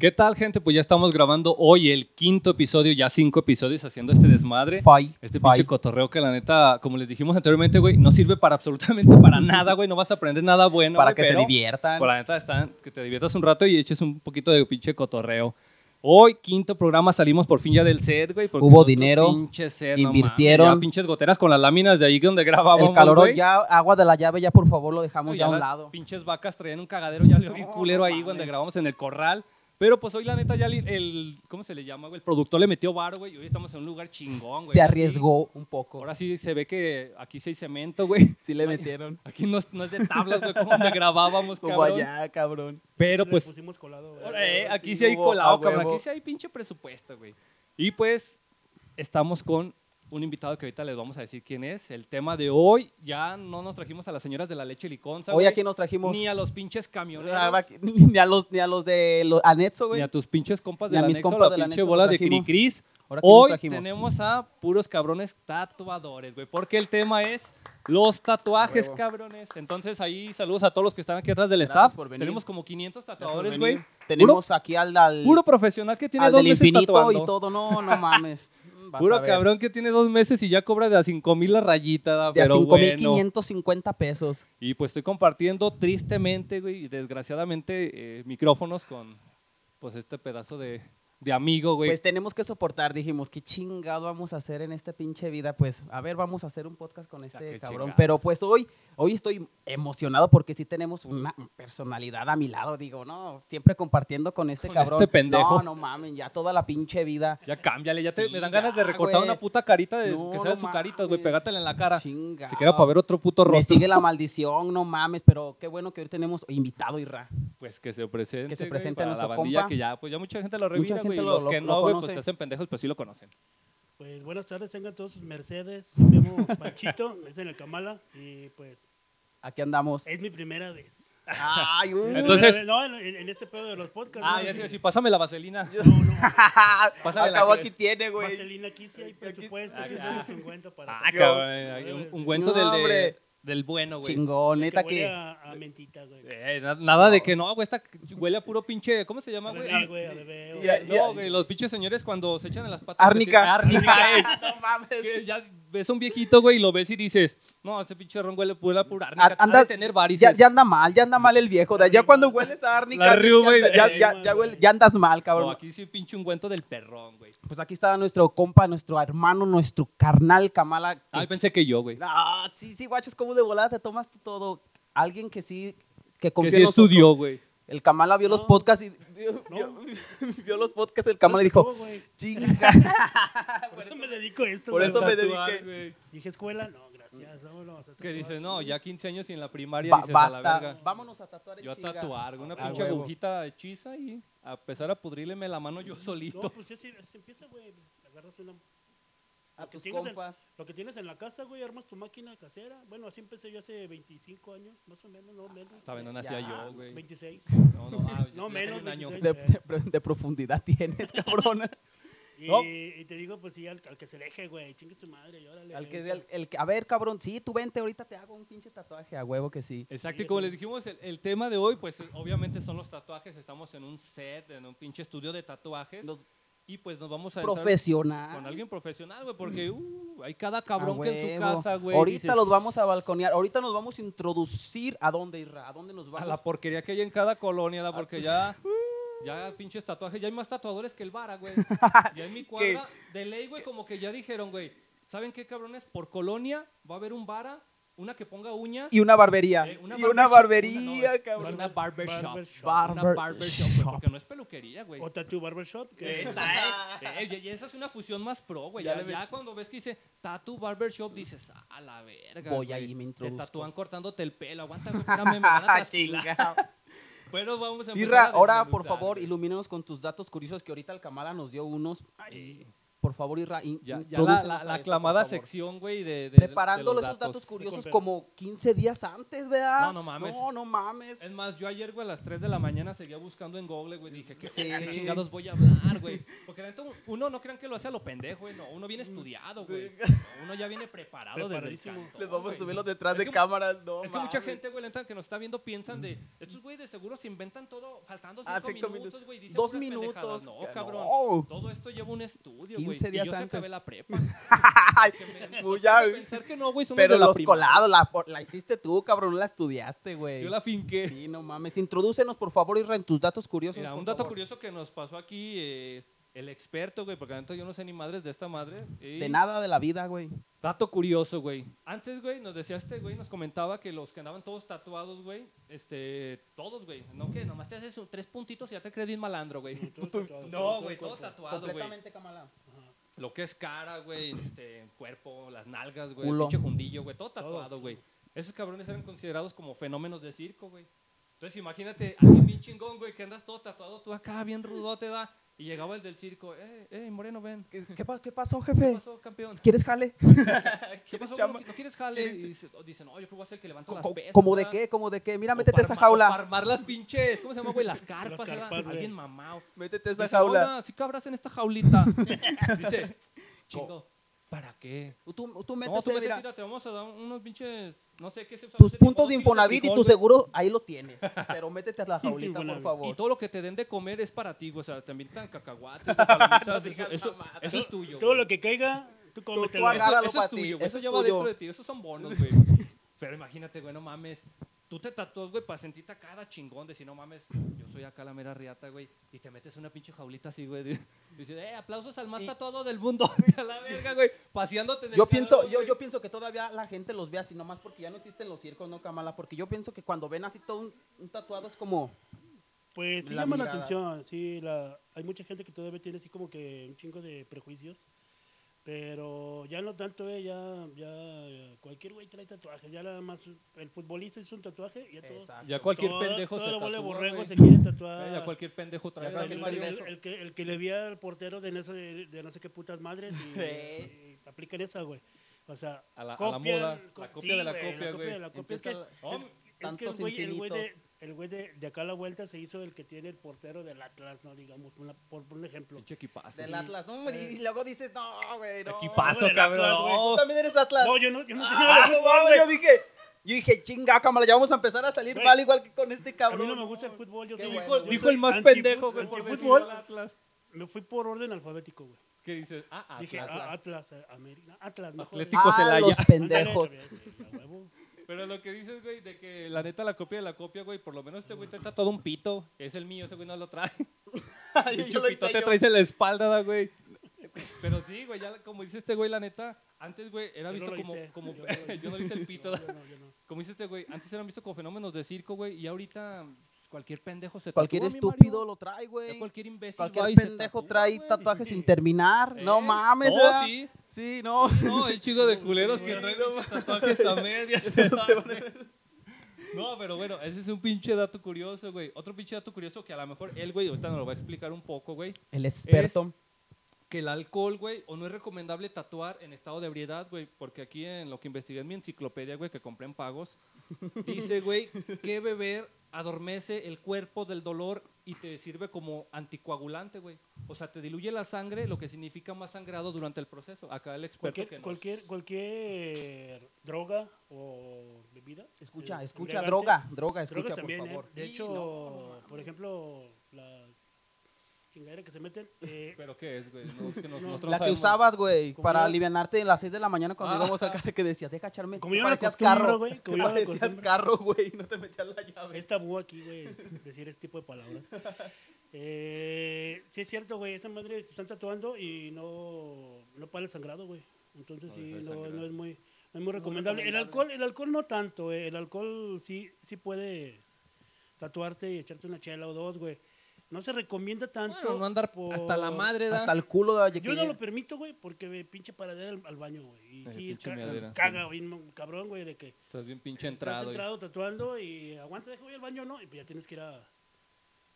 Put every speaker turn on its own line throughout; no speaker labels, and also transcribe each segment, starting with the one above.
¿Qué tal, gente? Pues ya estamos grabando hoy el quinto episodio, ya cinco episodios haciendo este desmadre.
Fai,
Este
fai.
pinche cotorreo que la neta, como les dijimos anteriormente, güey, no sirve para absolutamente para nada, güey. No vas a aprender nada bueno.
para
güey,
que se
pero,
diviertan.
Pues la neta, están, que te diviertas un rato y eches un poquito de pinche cotorreo. Hoy, quinto programa, salimos por fin ya del set, güey. porque
Hubo
otro
dinero,
pinche set, no mames,
invirtieron.
ya pinches goteras con las láminas de ahí donde grabábamos,
El calor
güey.
ya, agua de la llave, ya por favor lo dejamos
Uy,
ya a un
las
lado.
Pinches vacas traían un cagadero ya bien
No,
culero
no
ahí
mames.
cuando grabamos en el corral. Pero pues hoy la neta ya el, el- ¿cómo se le llama, güey? El productor le metió bar, güey. y Hoy estamos en un lugar chingón, güey.
se arriesgó un poco.
Ahora sí se ve que aquí sí hay cemento, güey.
sí le metieron.
Aquí no, es- no es de tablas, güey, como donde grabábamos,
Como
cabrón.
allá, cabrón.
Pero
Le
pues,
pusimos colado, güey.
ahora, eh, aquí
sí,
sí hay
hubo,
colado,
a
cabrón.
huevo.
Aquí sí hay pinche presupuesto, güey. Y pues, estamos con un invitado que ahorita les vamos a decir quién es. El tema de hoy, ya no nos trajimos a las señoras de la leche liconza,
Hoy
güey.
aquí nos trajimos
Ni a los pinches
Ahora
camioneros.
que- ni a los ni a los de los anexo,
Ni
güey.
a tus pinches compas
Ni
de
a
la
mis
Nexo,
compas
la
de la
pinche
Nexo
bola
nos
de
trajimos.
Cricris.
Ahora que nos
Hoy
trajimos.
tenemos a puros cabrones tatuadores, güey, porque el tema es los tatuajes,
Huevo.
cabrones. Entonces ahí saludos a todos los que están aquí atrás del
Gracias
staff.
por venir.
Tenemos como 500
Gracias por
tatuadores,
venir.
güey.
Tenemos aquí al, al,
Puro profesional que tiene
al
dos
del
meses
infinito
tatuando.
y todo. No, no mames. Mm, vas a
Puro
ver.
cabrón que tiene dos meses y ya cobra de a 5 mil la rayita, da,
De a
pero
5550 pesos.
Y pues estoy compartiendo tristemente, güey, y desgraciadamente eh, micrófonos con pues este pedazo de, de amigo, güey.
Pues tenemos que soportar, dijimos, qué chingado vamos a hacer en esta pinche vida, pues, a ver, vamos a hacer un podcast con este
Ah, qué
cabrón,
chingados.
pero pues hoy, hoy estoy emocionado porque sí tenemos una personalidad a mi lado, digo, no, siempre compartiendo con este
Con
cabrón.
este pendejo.
No, no mamen, ya toda la pinche vida.
Ya cámbiale, ya te,
Sí,
me dan ganas de
ya,
recortar
güey.
una puta carita de,
No,
que sea
no
su carita, güey,
mames.
pegátela en la cara.
Chingado.
Si quiera para ver otro puto
Me
rostro,
sigue la maldición, no mames, pero qué bueno que hoy tenemos invitado Irra.
pues que se presente,
Que se
güey,
presente
para
nuestro
la bandilla
compa.
que ya, pues ya mucha gente lo
Mucha
revira, güey,
gente
y
lo-
los
lo-
que
lo
no, güey, pues
conoce.
se hacen pendejos, pues sí lo conocen.
Pues buenas tardes, tengan todos sus Mercedes. Me llamo Panchito, es en el Kamala. Y pues
Aquí andamos.
es mi primera vez.
Ay, uh. uy.
Entonces-
No, en, en este pedo de los podcasts.
Ah,
¿no?
ya te iba a decir, pásame la vaselina.
No, no.
Pásame la
Acabo
que-
aquí tiene, güey.
Vaselina, aquí sí hay presupuesto. Aquí
Ah,
son 50 para.
Ah, cabrón, hay un ungüento
No,
del, de-
hombre.
del bueno, güey.
Chingón,
Neta
neta
que.
que...
huele A, a mentita, güey.
Eh, na- nada de que no, güey, esta huele a puro pinche, ¿cómo se
A
llama, güey?
bebé, güey, a bebé, güey.
Ya, ya.
No, güey, los pinches señores cuando se echan en las patas.
Árnica.
Árnica, eh.
No mames.
que ya ves a un viejito, güey, y lo ves y dices, no, este pinche ron huele pura pura
A-
árnica, ha de
anda-
tener varices.
Ya, ya anda mal, ya anda mal el viejo. de- Ya cuando hueles a árnica,
La
ya-
riuma y-
ya, ya, ya, ya huele- ya andas mal,
No,
cabrón.
aquí sí pinche ungüento del perrón, güey.
Pues aquí está nuestro compa, nuestro hermano, nuestro carnal Kamala. que-
Ay, pensé que yo, güey.
Ah, sí, sí, guachos, como de volada te tomas todo. Alguien que sí, que
Que
confía
sí
en nosotros.
estudió, güey.
El Kamala vio los
No.
podcasts y vio,
No.
vio- vio los podcasts del Kamala y dijo,
No, güey,
chinga.
Por eso me dedico a esto.
Por
güey.
eso me
Tatuar,
dediqué.
güey.
Dije escuela, no, gracias. vámonos
Que
a tatuar.
dice, no, ya 15 años y en la primaria
"Ba-
dices, a la
basta,
verga.
vámonos a tatuar en
Yo a
chinga".
tatuar, güey, una
Ah,
pinche
huevo.
agujita hechiza y a empezar a pudrirleme la mano yo solito.
No, pues ya se, se empieza, güey. Agarras una.
A tus
tienes en-
compas.
Lo que tienes en la casa, güey, armas tu máquina casera. Bueno, así empecé yo hace 25 años, más o menos, no menos.
Saben, no nacía
Ya,
yo, güey.
26.
No, no, ah,
No,
ya
menos
tengo un año.
26.
De, de- de profundidad tienes, cabrón.
Y,
No.
y te digo, pues sí, al, al que se deje, güey, chingue su madre, y órale.
Al que,
güey.
al- el que- a ver, cabrón, sí, tú vente, ahorita te hago un pinche tatuaje, a huevo que sí.
Exacto,
Sí,
y como
sí.
les dijimos, el, el tema de hoy, pues eh, obviamente son los tatuajes. Estamos en un set, en un pinche estudio de tatuajes.
Los
y pues nos vamos a entrar con
profesional.
alguien profesional, güey, porque uh, hay cada cabrón
a
que en su
Mm. Ah, huevo.
casa, güey.
Ahorita
dices,
los vamos a balconear, ahorita nos vamos a introducir a dónde ir, a dónde nos
A
vamos.
la porquería que hay en cada colonia, la porque ya. Ya pinches tatuajes, ya hay más tatuadores que el vara, güey. Ya en mi cuadra de ley, güey, como que ya dijeron, güey. ¿Saben qué, cabrones? Por colonia va a haber un vara, una que ponga uñas.
y una barbería.
eh,
y una barbería,
una- no, es-
cabrón.
Una barbershop.
Barbershop.
Una barbershop, güey,
Barbershop.
porque no es peluquería, güey.
O Tattoo Barbershop. Que,
Esta, eh, eh, y esa es una fusión más pro, güey.
Ya
Ya,
le ve-
ya cuando ves que dice Tattoo Barbershop, dices, a la verga.
Voy
güey.
ahí, me
Te
introduzco.
tatúan cortándote el pelo. Aguanta, güey, espérame, me van a trasquilar.
Chingao.
Pero vamos a empezar
Ah, Irra,
a
ahora por
desmenuzar,
favor,
güey.
ilumínanos con tus datos curiosos que ahorita el Kamala nos dio unos.
Eh,
Por favor, Irra, in-
Ya, ya la,
introdúcenos
la- la
a eso, por
aclamada
favor.
sección, güey, de, de- de-
Preparando
de los
esos datos curiosos
Súper.
como 15 días antes, ¿verdad?
No, no mames.
No, no mames.
Es más, yo ayer, güey, a las 3 de la mañana seguía buscando en Google, güey. Dije, ¿qué,
Sí.
qué chingados voy a hablar, güey? Porque la neta, uno no crean que lo hace a lo pendejo, güey. No, uno
Mm,
viene estudiado, güey. No, uno ya viene preparado desde el
Preparadísimo.
cantón,
Les vamos
güey.
a subir los detrás
Es
de
que-
cámaras, no
Es que mucha
mames.
gente, güey, la neta, que nos está viendo piensan de, estos güeyes de seguro se inventan todo faltando cinco,
Mm. Ah, cinco
minutos,
minutos.
güey. dicen
Dos
puras pendejadas.
minutos.
No, cabrón.
No.
Todo esto lleva un estudio, güey.
15 días
y yo se
antes.
acabé la prepa.
Ay,
Que me-
muy
nos
ya,
pone a
güey.
pensar que no, güey, somos
Pero
de la
los
primaria.
colados, la, por- la hiciste tú, cabrón, no la estudiaste, güey.
Yo la finqué.
Sí, no mames. Introdúcenos, por favor, Irra, en tus datos curiosos.
Mira,
por
un dato
favor.
curioso que nos pasó aquí eh, el experto, güey, porque la neta yo no sé ni madres de esta madre. y-
De nada de la vida, güey.
Dato curioso, güey. Antes, güey, nos decía este güey, nos comentaba que los que andaban todos tatuados, güey, este, todos, güey, no que nomás te haces un- tres puntitos y ya te crees bien malandro, güey. No, güey, todo tatuado, güey.
Kamala.
Lo que es cara, güey, este, cuerpo, las nalgas, güey, el
Culo.
pinche jundillo, güey, todo tatuado,
Todo.
güey. Esos cabrones eran considerados como fenómenos de circo, güey. Entonces imagínate, alguien bien chingón, güey, que andas todo tatuado, tú acá bien rudote, da. Y llegaba el del circo, eh, eh, Moreno, ven.
¿Qué, qué pa- qué pasó,
¿Qué
jefe?
pasó, campeón?
¿Quieres jale?
¿Qué pasó,
chamba?
güey? ¿No quieres jale?
¿Quieres
Y dice- o dicen, no, yo creo que voy a ser el que levanta
Co-
las
co-
pesas.
¿Cómo de
¿verdad?
qué? ¿Cómo de qué? Mira,
O
métete
para
a esa
arma- o Para
jaula.
armar las pinches, ¿cómo se llama, güey? Las carpas, ¿verdad?
carpas, güey.
Alguien mamado.
Métete a esa
Dice,
jaula.
"Hola, ¿sí cabrás en esta jaulita? Dice, chingo, ¿para qué?
Tú, tú
No, tú
métese,
vete,
mira.
tírate, vamos a dar unos pinches, no sé qué se usa.
Tus
ahorita, ni
puntos
modo,
de
pinche
Infonavit y
frijol,
tu
güey.
seguro, ahí lo tienes. Pero métete a la jaulita, por
Infonavit.
Y
favor.
todo lo que te den de comer es para ti, güey, o sea, también tan cacahuates, güey, palomitas, eso,
digas
eso-
mamadas.
eso es tuyo.
Todo
güey.
lo que caiga, tú cómetelo.
tú
Eso-
agárralo
eso,
pa'
es
ti,
tuyo, güey.
eso
Eso
es
lleva
tuyo.
dentro de ti. Esos son bonos, güey. Pero imagínate, güey, no mames. Tú te tatúas, güey, para sentirte acá cada chingón. Decir, no mames, yo soy acá la mera riata, güey. Y te metes una pinche jaulita así, güey. Dices, eh, aplausos al más
Y-
tatuado del mundo. a la verga, güey. Paseándote en el
Yo pienso,
carro,
yo,
güey.
yo pienso que todavía la gente los ve así, nomás porque ya no existen los circos, ¿no, Kamala? Porque yo pienso que cuando ven así todo un, un tatuado es como...
Pues sí
La
llama la
mirada.
atención, sí, la, hay mucha gente que todavía tiene así como que un chingo de prejuicios, pero ya no tanto, eh, ya, ya cualquier güey trae tatuajes, ya nada más el futbolista es un tatuaje y ya todo.
Ya cualquier
todo-
pendejo
todo
se
el bola de
tatúa,
borrego
güey.
se quiere
Eh,
tatuar.
Ya cualquier pendejo trae.
Ya cualquier
el Mario.
el,
pendejo.
el que, el que le vía al portero de no sé, de no sé qué putas madres y,
Sí.
y aplican esa, güey. O sea,
A la- a la
copian-
moda,
co-
la copia de la
güey,
copia, güey.
de la copia. Es que-
Empieza
Oh,
es- es que el
tantos
güey, el güey de,
infinitos.
el güey de, de acá a la vuelta se hizo el que tiene el portero del Atlas, ¿no? Digamos, una- por, por un ejemplo.
Pinche equipazo.
Del Atlas, ¿no? hombre, Y luego dices, no, güey, no.
Equipazo,
del Atlas,
cabrón. Oh,
Tú también eres Atlas.
No, yo no, yo no tenía
Ah,
la-
no mames, yo dije, yo dije, chinga, cámara, ya vamos a empezar a salir
Güey,
mal igual que con este
A
cabrón.
mí no me gusta el fútbol, yo
Qué
soy
bueno,
Dijo-
yo
güey.
Dijo
soy
el más
antifu-
pendejo, güey, por decir
antifútbol.
el Atlas.
Me fui por orden alfabético, güey.
¿Qué dices? Ah, Atlas.
Dije, ah,
Atlas.
Atlas, eh, América, Atlas, mejor.
Atlético. Pico
Ah,
Celaya.
los pendejos.
Ándale, güey, a huevo.
Pero lo que dices, güey, de que la neta la copia de la copia, güey, por lo menos este güey te está todo un pito. Es el mío, ese güey no lo trae.
Yo-
El
yo lo
chupito
hice
te
yo.
traes en la espalda, da, güey. Pero sí, güey, ya como dice este güey, la neta, antes, güey, era
Yo no
visto
lo
como...
hice,
como
yo no lo hice.
yo no le hice el pito,
No,
da.
yo no, yo no.
como dice este güey, antes eran vistos como fenómenos de circo, güey, y ahorita pues, cualquier pendejo se
Cualquier
tatúa, mi Mario.
estúpido lo trae,
Ya
güey.
Cualquier imbécil
Cualquier
va y se
pendejo
tatúa,
trae
güey.
tatuajes sin terminar.
Eh,
No mames,
no,
¿verdad?
sí.
Sí, no.
No, hay chicos de culeros que traen pinches tatuajes a medias. No, pero bueno, ese es un pinche dato curioso, güey. Otro pinche dato curioso que a lo mejor él, güey, ahorita nos lo va a explicar un poco, güey.
El experto.
Que el alcohol, güey, o no es recomendable tatuar en estado de ebriedad, güey. Porque aquí en lo que investigué en mi enciclopedia, güey, que compré en pagos, dice, güey, que beber adormece el cuerpo del dolor y te sirve como anticoagulante, güey. O sea, te diluye la sangre, lo que significa más sangrado durante el proceso. Acá el experto que
Cualquier,
nos-
cualquier, cualquier droga o bebida.
Escucha,
eh,
escucha,
embriagante.
droga, droga,
Drogas
escucha, por
también, ¿eh?
favor.
De
Sí,
hecho,
no, no, no.
por ejemplo, la chingadera que se meten. eh,
¿Pero qué es, güey? No, es que nos-
No.
nosotros no
La que
sabemos.
usabas, güey,
Como
para
yo-
alivianarte a las 6 de la mañana cuando
Ah.
íbamos al carro que decías, deja echarme.
Como yo
Tú
no la
parecías
acostumbro,
carro,
güey, como
Tú
yo no la
parecías
acostumbro.
carro, güey, no te metías la llave.
es tabú aquí, güey, decir este tipo de palabras. Eh, sí es cierto, güey, esa madre te están tatuando y no, no para el sangrado, güey. Entonces
No
sí,
deja de
no,
sangrar.
no es muy, no es muy recomendable. El
recomendable.
alcohol, el alcohol no tanto, eh, el alcohol sí, sí puedes tatuarte y echarte una chela o dos, güey. No se recomienda tanto.
Bueno, no andar
por-
hasta la madre, da.
Hasta el culo de
Yo no lo
Vallequilla.
permito, güey, porque me pinche paradera al, al baño, güey. Y
Eh,
sí, es
pinche
ca-
miadera.
caga, bien, cabrón, güey, de que
Estás bien pinche
estás
entrado. y-
entrado tatuando y aguanta, deja voy al baño, ¿no? Y pues ya tienes que ir a,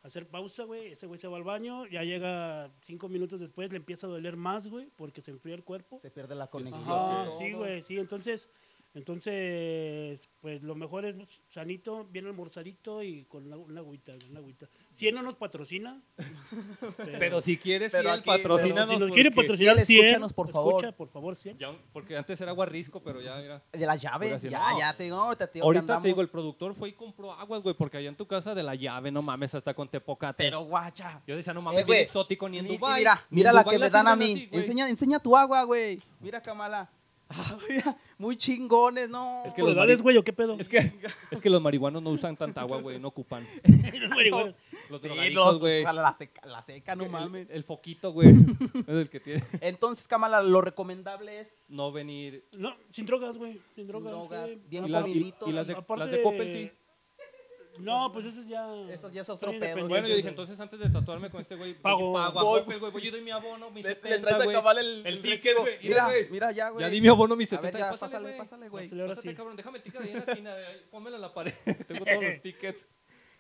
hacer pausa, güey. Ese güey se va al baño, ya llega cinco minutos después, le empieza a doler más, güey, porque se enfría el cuerpo.
Se pierde la conexión.
Ajá,
ok.
sí, güey, sí. Entonces, entonces, pues lo mejor es sanito, bien almorzadito y con una, una agüita, güey, una agüita. Si no nos patrocina,
Pero si quieres,
Pero
Ciel,
aquí-
patrocínanos.
si nos
porque-
quiere patrocinar,
Ciel,
100,
escúchanos, por favor.
Escucha, por favor, 100.
Ya, porque antes era guarrisco, pero ya era.
De la llave,
Pura cien-
ya,
no.
ya te digo, ahorita te digo que
Ahorita
andamos-
te digo, el productor fue y compró aguas, güey, porque allá en tu casa de la llave, no mames, hasta con tepocates.
Pero guacha.
Yo decía, no
Eh,
mames, bien
güey,
exótico, ni en
mi- y
Dubái.
Mira,
ni
mira
en
la
Dubái
que me
las
dan a
sirven
mí.
así, güey.
enseña, enseña tu agua, güey. Mira, Kamala. Ah, mira, Muy chingones, no.
Es que
¿Le
los
dales,
mari-
güey, o qué pedo?
Es que, es que los marihuanos no usan tanta agua, güey, no ocupan.
Güey, güey.
Los
Sí,
drogadictos,
los-
güey.
la, la seca, la seca, no
El-
mames.
El, foquito, güey. es el que tiene.
Entonces, Kamala, lo recomendable es
No venir.
No, sin drogas, güey. Sin drogas.
drogas,
güey.
bien
Y las-
comiditos.
y- y las de- Coppel, sí.
No, pues eso es ya.
Eso ya es otro
son
pedo.
independientes,
Bueno, yo dije,
güey.
entonces antes de tatuarme con este güey,
Pago.
voy, pago a
Voy.
Coppel, güey, voy, yo doy mi abono, mi
Le- le
70,
traes a
güey.
Kamala el- el
el ticket,
recibo.
güey.
Mira,
güey.
mira ya, güey.
Ya di mi abono, mi
A ver,
70.
ya,
pásale,
pásale,
güey.
pásale, güey.
Pásale. Ahora
Pásate,
sí.
cabrón, déjame el ticket ahí en la esquina. de ahí, Pónmelo a la pared. Tengo todos los tickets.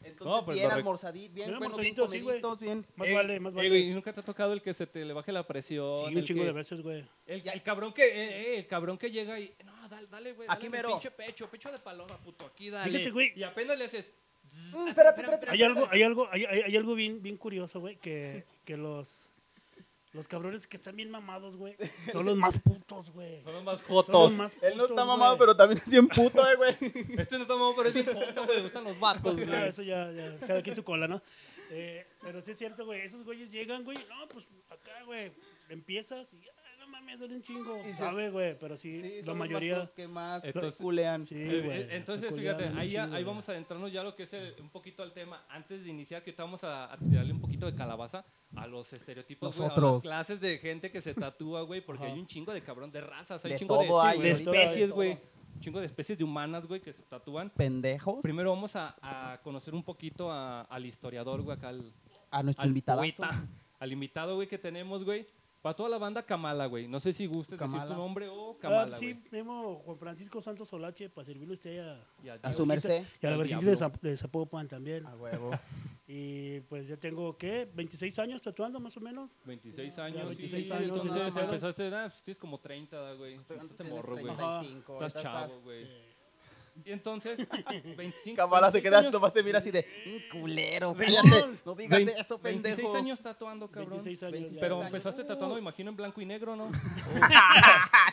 Entonces,
No, pues,
bien
lo rec-
almorzadito, bien,
Bien
bueno, bien
almorzadito, sí, güey.
comiditos, bien.
Más
Ey,
vale, más
ey,
vale.
Eh, güey, ¿y nunca te ha tocado el que se te le baje la presión.
sí,
El
un chingo
que-
de veces, güey.
El,
Ya.
el cabrón que, eh, eh, el cabrón que llega y, no, dale, dale, güey,
Aquí
dale mi
mero.
pinche pecho, pecho de paloma, puto, aquí dale.
Fíjate, güey.
Y apenas le haces,
Mm, espérate, espérate.
Hay algo, hay algo, hay, hay- hay algo bien, bien curioso, güey, que, que los, los cabrones que están bien mamados, güey, son los más putos, güey.
son los más
Son los
jotos.
más
Él no
putos,
está
güey.
mamado, pero también es bien puto, eh, güey.
Este no está mamado, pero es bien joto, güey, le gustan los vatos, güey.
Ah, eso ya, ya, cada quien su cola, ¿no? Eh, pero sí es cierto, güey, esos güeyes llegan, güey, no, pues acá, güey, empiezas y, ah, no mames, duele un chingo,
dices-
¿sabe, güey? Pero sí,
Sí, son
la
los más
mayoría...
los que más
Entonces-
culean.
Sí,
Eh,
güey.
eh, Entonces,
se
fíjate,
cuidan un
ahí, ya-
chingo,
ahí
güey.
vamos a adentrarnos ya a lo que es el- un poquito al tema. Antes de iniciar, que estamos a, a tirarle un poquito de calabaza a los estereotipos, güey, a las
Nosotros.
clases de gente que se tatúa, güey, porque
Ajá.
hay un chingo de cabrón de razas, hay
De
un chingo
todo
de,
hay,
de
güey, ahorita hay
especies,
todo.
güey, un chingo de especies de humanas, güey, que se tatúan.
Pendejos.
Primero vamos a, a conocer un poquito a- al historiador, güey, acá al,
A nuestro
al
invitado.
poeta, al invitado, güey, que tenemos, güey. Para toda la banda Kamala, güey. No sé si gustes decir
Kamala.
tu nombre o
Ah,
Kamala,
sí,
güey.
mismo Juan Francisco Santos Olache, para servirle a usted a,
Y adiós.
A su merced.
y a la
Al
Virgen de,
diablo.
Zap- de Zapopan también.
Ah.
A huevo.
Y pues ya tengo, ¿qué? 26 años tatuando más o menos.
26 años. sí,
26
sí,
años, nada
Entonces
más.
empezaste, ah, pues, tienes como 30, güey. Empezaste morro, güey.
Ajá.
Estás chavo, güey. Y entonces, 25.
Kamala eh. se
26
queda,
años-
nomás te mira así de, "Mm, culero,
Veinte-
cállate, no digas
vein-
eso,
26
pendejo.
años tatuando, cabrón.
26 años.
26
Pero
años.
empezaste
Uh.
tatuando, me imagino, en blanco y negro, ¿no?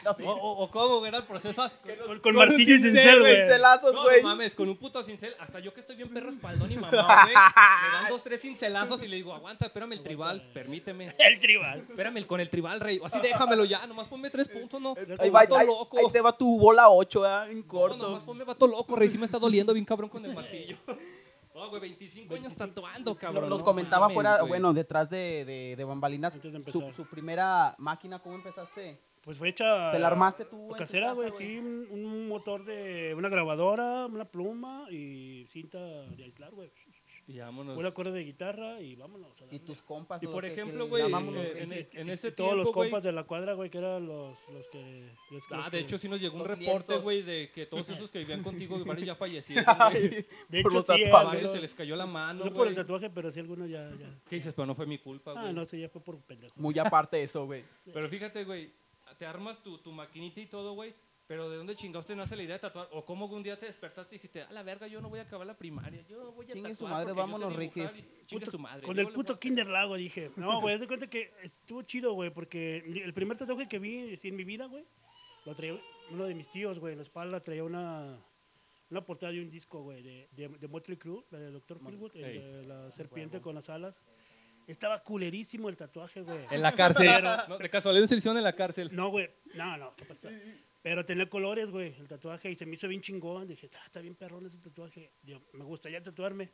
No,
O, o, o cómo era el proceso.
Con,
Con
con
un
martillo y
cincel,
cincel, güey.
pincelazos,
No,
güey.
no mames, con un puto cincel, hasta yo que estoy bien perro espaldón y mamá, güey, me dan dos, tres cincelazos y le digo, aguanta, espérame el tribal,
eh".
permíteme,
El tribal.
espérame el- con el tribal, rey, o así déjamelo ya, nomás ponme tres puntos, no,
ahí, va,
vato
ahí-
loco.
ahí te va tu bola 8, ¿ah? en
no, nomás
corto.
ponme vato loco, rey, sí me está doliendo bien cabrón con el martillo. No, güey, 25, años tatuando, cabrón.
Nos
no
comentaba
mames,
fuera,
güey.
bueno, detrás de, de, de bambalinas,
Antes de
su,
empezar.
su primera máquina, ¿cómo empezaste?
Pues fue hecha.
¿Te la armaste tú en tu
Casera,
casa,
güey.
güey?
Sí, un, un motor de una grabadora, una pluma y cinta de aislar, güey.
Y vámonos.
Un acorde de guitarra y vámonos. A
Y
darle.
tus compas.
Y
¿no?
por
Que- que
ejemplo,
le
güey,
llamamos,
eh,
¿no?
en, e- en
Y
ese
todos los
tiempo, güey,
compas de la cuadra, güey, que eran los, los que. los que-
Ah,
los
de
que-
hecho sí nos llegó un
los
reporte,
lienzos.
güey, de que todos esos que vivían contigo, que varios ya fallecieron, güey.
de
por
hecho
los
sí,
tatuajes
A
algunos-
varios se les cayó la mano,
No por el
güey.
tatuaje, pero sí algunos ya. ya.
¿Qué dices? Pero no fue mi culpa, güey.
Ah, no sé, ya fue por pendejo.
Muy aparte de eso, güey.
Pero fíjate, güey, te armas tu, tu maquinita y todo, güey. Pero ¿de dónde chingados te nace la idea de tatuar? ¿O cómo un día te despertaste y dijiste, a la verga, yo no voy a acabar la primaria, yo no voy a
Chingue
tatuar
su madre,
porque yo sé
vámonos,
dibujar
Riquis.
y Chingue
Puto-
su madre.
Con
yo
el
le
puto
voy a-
Kinder Lago dije. No, güey, haz de cuenta que estuvo chido, güey, porque el primer tatuaje que vi así, en mi vida, güey, lo traía uno de mis tíos, güey, en la espalda traía una, una portada de un disco, güey, de, de, de Motley Crue, la de Dr. Philwood, el
Ey.
de la serpiente con las alas. Estaba culerísimo el tatuaje, güey.
En la cárcel. no, de casualidad se lo hicieron en la cárcel.
No, güey, no, no, ¿qué pasa? Pero tenía colores, güey, el tatuaje y se me hizo bien chingón. Dije, "Ah, está bien perrón ese tatuaje. Digo, me gustaría tatuarme.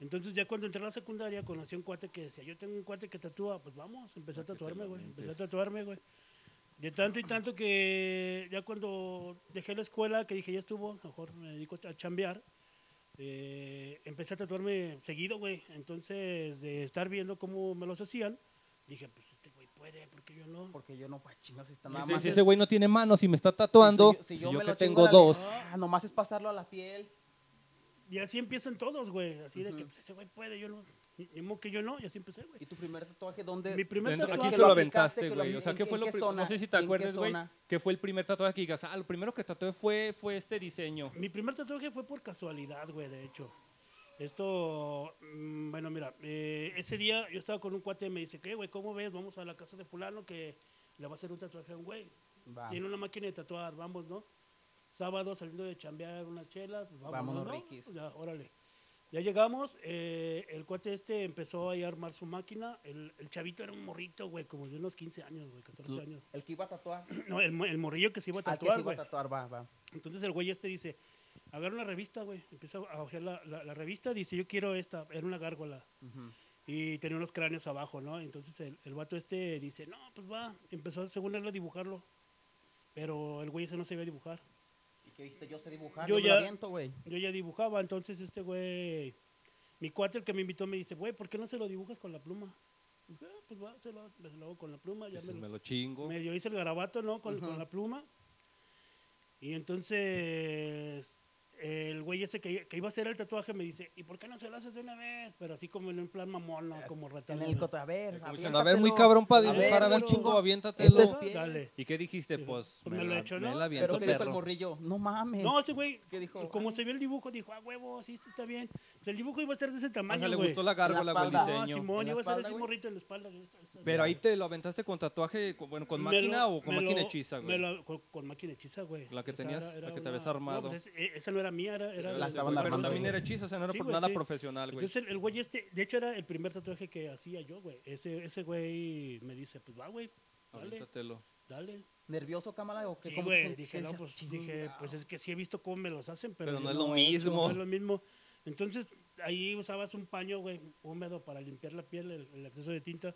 Entonces ya cuando entré a la secundaria conocí a un cuate que decía, yo tengo un cuate que tatúa, pues vamos, empecé a tatuarme, güey, empecé a tatuarme, güey. De tanto y tanto que ya cuando dejé la escuela, que dije, ya estuvo, mejor me dedico a chambear, eh, empecé a tatuarme seguido, güey. Entonces, de estar viendo cómo me los hacían, dije, pues este güey puede, porque yo no?
Porque yo no, pa' chingas, está
Y
nada
dices,
más.
si
es-
ese güey no tiene manos y me está
si soy
tatuando,
yo-
si yo,
me
que
lo chingo
tengo
la lengua,
dos.
ah, nomás es pasarlo a la piel.
Y así empiezan todos, güey. Así de que pues, ese güey puede, yo no. Mismo que yo no, y así empecé, güey.
¿Y tu primer tatuaje dónde?
Mi primer
Dentro-
tatuaje-
aquí
que
se
lo
lo
aplicaste,
aventaste,
que lo
güey.
apli-
O sea,
¿en
¿qué fue
qué
lo pri-
zona?
No sé si
¿En
te
qué
acuerdas, güey,
zona?
que fue el primer tatuaje que digas, ah, lo primero que tatué fue, fue este diseño.
Mi primer tatuaje fue por casualidad, güey, de hecho. Esto, mm, bueno, mira, eh, ese día yo estaba con un cuate y me dice, ¿qué, güey? ¿Cómo ves? Vamos a la casa de fulano que le va a hacer un tatuaje a un güey.
Va,
Tiene una máquina de tatuar, vamos, ¿no? Sábado saliendo de chambear una chela, pues vamos,
Vámonos,
¿no?
riquis.
Ya, órale. Ya llegamos, eh, el cuate este empezó ahí a armar su máquina. El, el chavito era un morrito, güey, como de unos 15 años, güey, 14
tú-
años.
El que iba a tatuar.
No, el, mo- el morrillo que se iba a
Al que se
tatuar,
iba a
güey.
tatuar, va, va.
Entonces el güey este dice, agarra una revista, güey. Empieza a hojear la, la- la revista, dice, yo quiero esta. Era una gárgola.
Ujú.
Y tenía unos cráneos abajo, ¿no? Entonces el, el vato este dice, no, pues va. Empezó, según él, a dibujarlo. Pero el güey ese no sabía dibujar.
¿Y qué dijiste? Yo sé dibujar,
Yo
yo, me
ya-
la aviento, güey.
Yo ya dibujaba, entonces este güey, mi cuate el que me invitó me dice, güey, ¿por qué no se lo dibujas con la pluma? Dije, "Ah, pues va, se lo, se lo hago con la pluma. Ya
Dices,
me lo-
Pues me lo chingo.
medio hice el garabato, ¿no? Con, con
Ujú.
la pluma. Y entonces el güey ese que, que iba a hacer el tatuaje me dice, ¿y por qué no se lo haces de una vez? Pero así como en un plan mamón, ¿no?
Eh,
Como ratón.
En el coto, a ver,
Como diciendo, a ver, muy
aviéntatelo.
cabrón para
A ver,
dibujar, a ver,
muy
chingo,
chingón.
aviéntatelo.
Esto es piel.
Dale.
¿Y qué dijiste?
Dijo,
Pues,
pues me lo
la-
echo,
me
¿no?
la
Pero
aviento,
que dijo el
perro.
morrillo, no mames.
No, ese güey,
¿Qué dijo?
como
Ah.
se vio el dibujo, dijo, ah, huevo, sí, esto está bien. O sea, el dibujo iba a ser de ese
O
tamaño,
sea, le
güey.
gustó la gárgola, güey, el
espalda.
No,
diseño.
Simón,
¿En la
iba a ser
espalda,
así
güey?
morrito en la espalda. güey, está- está-
Pero ahí te lo aventaste con tatuaje, con- bueno, con
Me
máquina
lo-
o con
me
máquina
lo-
hechiza,
me
güey.
lo- con, con máquina hechiza, güey.
La que tenías, la que te habías armado.
No, pues es- e- esa no era mía, era... era
Pero
La
ese,
estaban
güey, Pero
armando
también
ahí.
era hechizo, o sea, no era
Sí,
por
güey,
nada
sí.
profesional, güey.
Entonces el, el güey este, de hecho era el primer tatuaje que hacía yo, güey. Ese, ese güey me dice, pues va, güey, dale,
Aviéntatelo.
dale.
¿Nervioso, cámara? ¿O qué?
Sí,
¿Cómo te
güey,
sentiste? "Ah,
dije, no, pues, dije,
Chingao.
pues es que sí he visto cómo me los hacen, pero,
Pero
yo
no es lo
he hecho,
mismo.
No es lo mismo. Entonces, ahí usabas un paño, güey, húmedo para limpiar la piel, el, el exceso de tinta.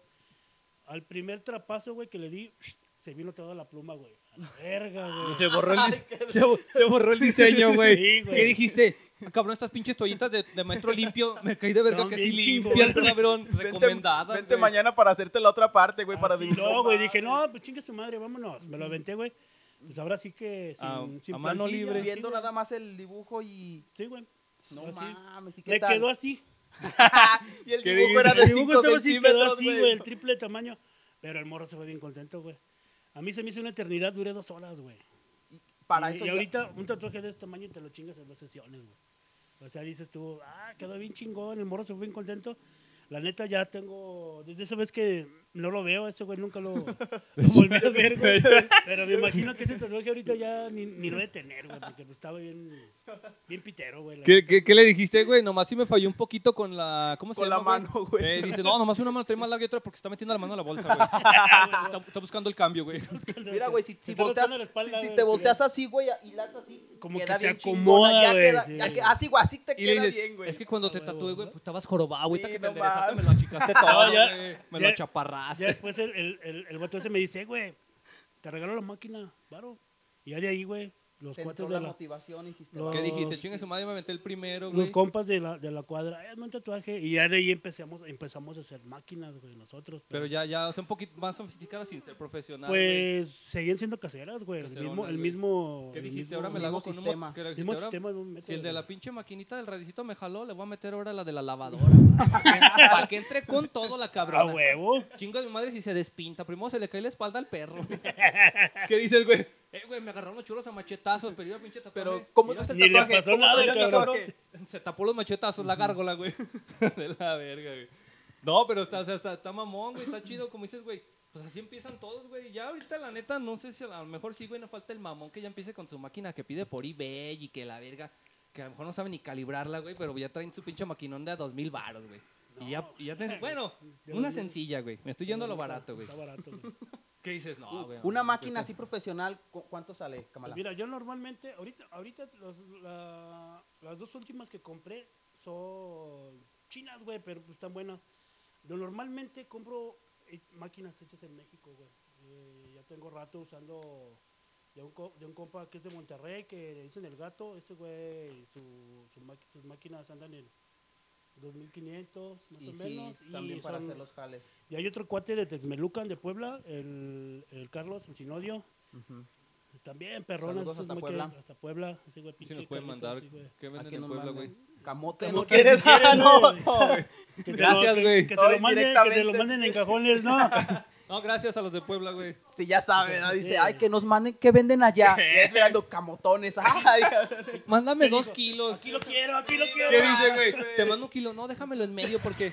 Al primer trapazo, güey, que le di, se vino toda la pluma, güey. A la verga, güey.
Se borró el, dis- se bo- se borró el diseño, güey.
Sí, güey.
¿Qué dijiste? Ah, cabrón, estas pinches toallitas de, de maestro limpio, me caí de verga
Estaban
que sí
bien
limpias,
chingonas.
cabrón. Recomendadas, güey.
mañana para hacerte la otra parte, güey,
Así, Ah, no, güey, dije, no, pues chingue su madre, vámonos. Me lo aventé, güey. Pues ahora sí que sin,
Ah,
sin
a mano
plantilla,
libre.
sí,
Viendo
güey.
nada más el dibujo y...
Sí, güey.
No
Así.
mames, ¿y qué
Me
tal?
quedó así.
Y el
Que
dibujo era de
el dibujo
5
estaba así, quedó
centímetros,
así, güey,
güey.
el triple de tamaño. Pero el morro se fue bien contento, güey. A mí se me hizo una eternidad, duré dos horas, güey.
Para
y,
eso
y
ya-
ahorita un tatuaje de este tamaño te lo chingas en dos sesiones, güey. O sea, dices tú, ah, quedó bien chingón, el morro se fue bien contento. La neta ya tengo, desde esa vez que no lo veo, ese güey nunca lo, lo volví a ver, güey. Pero me imagino que ese tatuaje ahorita ya ni, ni lo he de tener, güey, porque pues estaba bien, bien pitero, güey. la
¿Qué,
neta.
qué, qué le dijiste, güey? Nomás sí me falló un poquito con la. ¿Cómo se
Con la
llama,
mano, güey.
Eh, dice, no, nomás una mano trae más larga y otra porque está metiendo la mano a la bolsa, güey. está, está buscando el cambio, güey.
Mira, güey, si, si
Está
volteas,
buscando la
si-
espalda,
si
güey,
te
que
volteas
ya-
así, güey, y lanzas así,
Como
queda
que se
bien
acomoda,
chingona, ya
güey,
queda-
sí,
ya
güey.
que- así, güey, así te
Y le
queda
dices,
bien, güey.
es que cuando te
Ah, güey,
tatué, güey,
¿verdad?
pues estabas jorobado, güey.
Sí,
ahorita que te
no
enderezaste, me
mames.
lo achicaste todo,
No, ya-
güey. Me
ya-
lo achaparraste.
Ya después el, el, el, el vato ese me dice, "Eh, güey, te regalo la máquina, varo. Y ya de ahí, güey, los
Te entró
cuates
la
de la,
motivación y dijiste,
Los-
¿Qué
"Va".
dijiste? Chingue su madre, me aventé el primero,
los
güey.
compas de la, de la cuadra, "Ay, hazme un tatuaje. Y ya de ahí empezamos, empezamos a hacer máquinas, güey, nosotros.
Pero ya, ya, o sea, un poquito más sofisticada sin ser profesional. güey.
Pues seguían siendo caseras, güey. El
Caseronas,
mismo, el
güey.
mismo.
¿Qué
el
dijiste?
mismo-
Ahora me la hago
mismo
con un.
sistema.
mo- que le dijiste,
Pues, Mismo
ahora,
sistema, mismo método,
Si el de
güey.
la pinche maquinita del radicito me jaló, le voy a meter ahora la de la lavadora. Para que entre con todo la
A
cabrona.
huevo.
Chinga mi madre si se despinta. Primero se le cae la espalda al perro. ¿Qué dices, güey? Eh, güey, me agarraron los chulos a machetazos, pero yo a pinche tatuaje.
Pero, ¿cómo no es el
Ni le
tatuaje?
pasó
¿Cómo
nada,
no es el
cabrón.
tatuaje?
Se tapó los machetazos, la gárgola, güey. De la verga, güey. No, pero está, o sea, está, está mamón, güey. Está chido, como dices, güey. Pues así empiezan todos, güey. Ya ahorita, la neta, no sé si a lo mejor sí, güey, no falta el mamón que ya empiece con su máquina que pide por eBay y que la verga. Que a lo mejor no sabe ni calibrarla, güey, pero ya traen su pinche maquinón de a dos mil baros, güey. Y ya, y ya tienes- bueno, una sencilla, güey. Me estoy yendo a lo barato, güey.
Está barato, güey.
¿Qué dices? No, güey.
Una
no, cuesta-
máquina así profesional, ¿cu- ¿cuánto sale,
Pues
Kamala?
mira, yo normalmente, ahorita, ahorita los- la- las dos últimas que compré son chinas, güey, pero pues, están buenas. Yo normalmente compro eh, máquinas hechas en México, güey. Eh, ya tengo rato usando de un, co- de un compa que es de Monterrey, que le dicen el gato, ese güey, su, su maqui- sus máquinas andan en 2500, más
Y
o
sí,
menos.
también para
son-
hacer los jales.
y hay otro cuate de Texmelucan, de Puebla, el, el Carlos, el Sinodio. También perronas
Saludos
esas
hasta
máquinas,
Puebla.
hasta Puebla. Ese güey,
Sí
pinche
nos pueden
Carlitos,
mandar.
sí, güey.
¿Qué
¿A
venden
quién
en
nos
Puebla, güey?
mandan? Camote,
Como
¿no?
que
¿Quieres?
si quieren,
Ah, no.
güey. Que se lo-
Gracias,
que-
güey.
Que se lo
Ay,
manden- que se lo
directamente.
manden en cajones, ¿no?
No, gracias a los de Puebla, güey.
Sí, ya sabe, ¿verdad?
sí.
Dice, ay, que nos manden, que venden allá? Y ahí esperando camotones. Ay,
Mándame dos kilos.
Aquí lo quiero, aquí lo quiero.
¿Qué dice, güey? Te mando un kilo. No, déjamelo en medio porque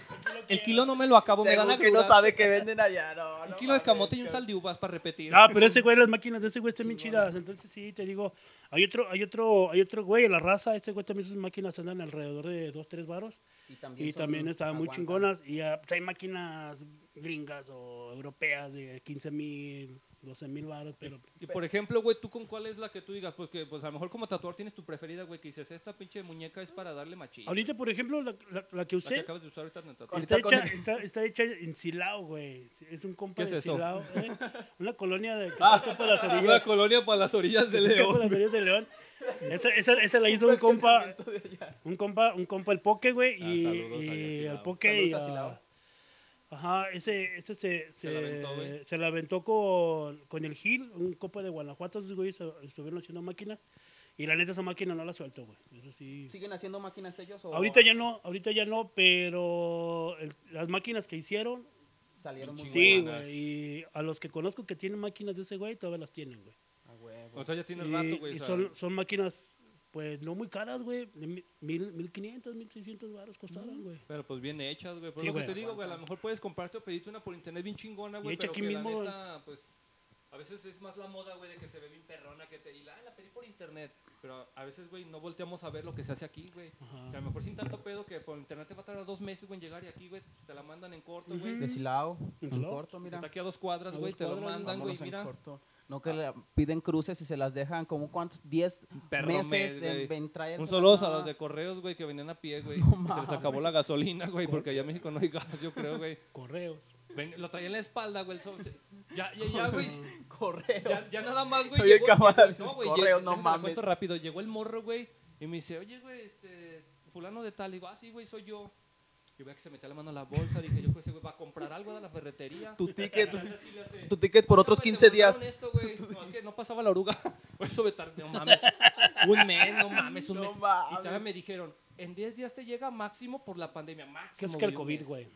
el kilo no me lo acabo. Me da la
según que no
cruda.
sabe que venden allá. No,
Un
no
kilo de
mames.
camote y un sal de uvas para repetir.
Ah, pero ese güey, las máquinas de ese güey están bien chidas. Entonces sí, te digo, hay otro, hay otro, hay otro güey, la raza, este güey también sus máquinas andan alrededor de dos, tres varos.
Y también,
Y
son-
también estaban muy
aguantan.
chingonas. Y ah, pues, hay máquinas gringas o europeas de 15 mil, 12 mil varos, pero
Y por ejemplo, güey, ¿tú con cuál es la que tú digas? Pues que pues a lo mejor como tatuador tienes tu preferida, güey, que dices, esta pinche muñeca es para darle machín. La
ahorita, por ejemplo, la, la- la que
que
usé
acabas de usar ahorita en el tatuaje.
Ahorita
está
con
hecha,
el-
está, está hecha en Silao, güey. Es un compa
¿Qué es
de
eso?
Silao, eh, una colonia de que está acá por las
Una
orillas.
colonia para las orillas de
Acá por
León.
las orillas de León. Esa, esa, esa la hizo un compa, un compa, un compa el Poke, güey,
Ah,
y,
saludos
y
allá a Silao.
el Poke y
Saludos a
a-
Silao.
Ajá, ese, ese se, se,
la aventó, güey.
se la aventó con, con el Gil, un compa de Guanajuato, esos güeyes eh, estuvieron haciendo máquinas y la neta esa máquina no la suelto, güey. Eso sí.
¿Siguen haciendo máquinas ellos o
Ahorita ya no, ahorita ya no, pero el- las máquinas que hicieron,
salieron muy
sí,
buenas?
güey, y a los que conozco que tienen máquinas de ese güey todavía las tienen, güey.
A huevo.
O sea, ya tienes
Y-
rato, güey.
Y
o sea,
son, son máquinas, pues, no muy caras, güey. de mi- Mil, mil quinientos, mil seiscientos baros costaron, güey.
Pero pues bien hechas, güey. Por
Sí,
lo que
güey.
te digo, güey, a lo mejor puedes comprarte o pedirte una por internet bien chingona, güey.
Y hecha
pero
aquí
que
mismo,
la
güey.
neta, pues, a veces es más la moda, güey, de que se ve bien perrona que te y la, "Ah, la pedí por internet. Pero a veces, güey, no volteamos a ver lo que se hace aquí, güey.
Ajá.
Que a lo mejor sin tanto pedo que por internet te va a tardar dos meses, güey, en llegar y aquí, güey, te la mandan en corto, güey.
De Silao, en
Mm. Silao.
corto, mira.
Está aquí a dos cuadras,
A
güey,
dos
te lo
cuadras,
mandan, güey,
Vámonos en
mira.
corto. No que le piden cruces y se las dejan como cuántos, 10
Perro
meses
mes,
en,
güey.
en traer.
Un saludo a los de correos, güey, que venían a pie, güey. y se les acabó la gasolina, güey, porque allá en México no hay gas, yo creo, güey.
Correos.
Ven- lo traía en la espalda, güey. el sol se- Ya, ya, ya, güey.
correo.
Ya, ya nada más, güey.
Oye,
llegó-
cámara,
llegó- güey,
correo,
lle-
no
déjame te la
mames.
cuento rápido. Llegó el morro, güey, y me dice, oye, güey, este, fulano de tal. Y digo, ah, sí, güey, soy yo. Y veo que se metía la mano a la bolsa. Dije, yo creo que ese güey va a comprar algo de la ferretería.
Tu
Y
ticket, tu,
hace así, le hace,
tu ticket por
"Oye,
otros
güey, te
15 días.
mandaron Esto, güey. No, es que no pasaba la oruga. Eso me tardé, no mames. Un mes, no mames, un
No
mes. Y
mames.
todavía me dijeron, en 10 días te llega máximo por la pandemia. Máximo.
¿Qué es que el
un
COVID,
mes".
güey?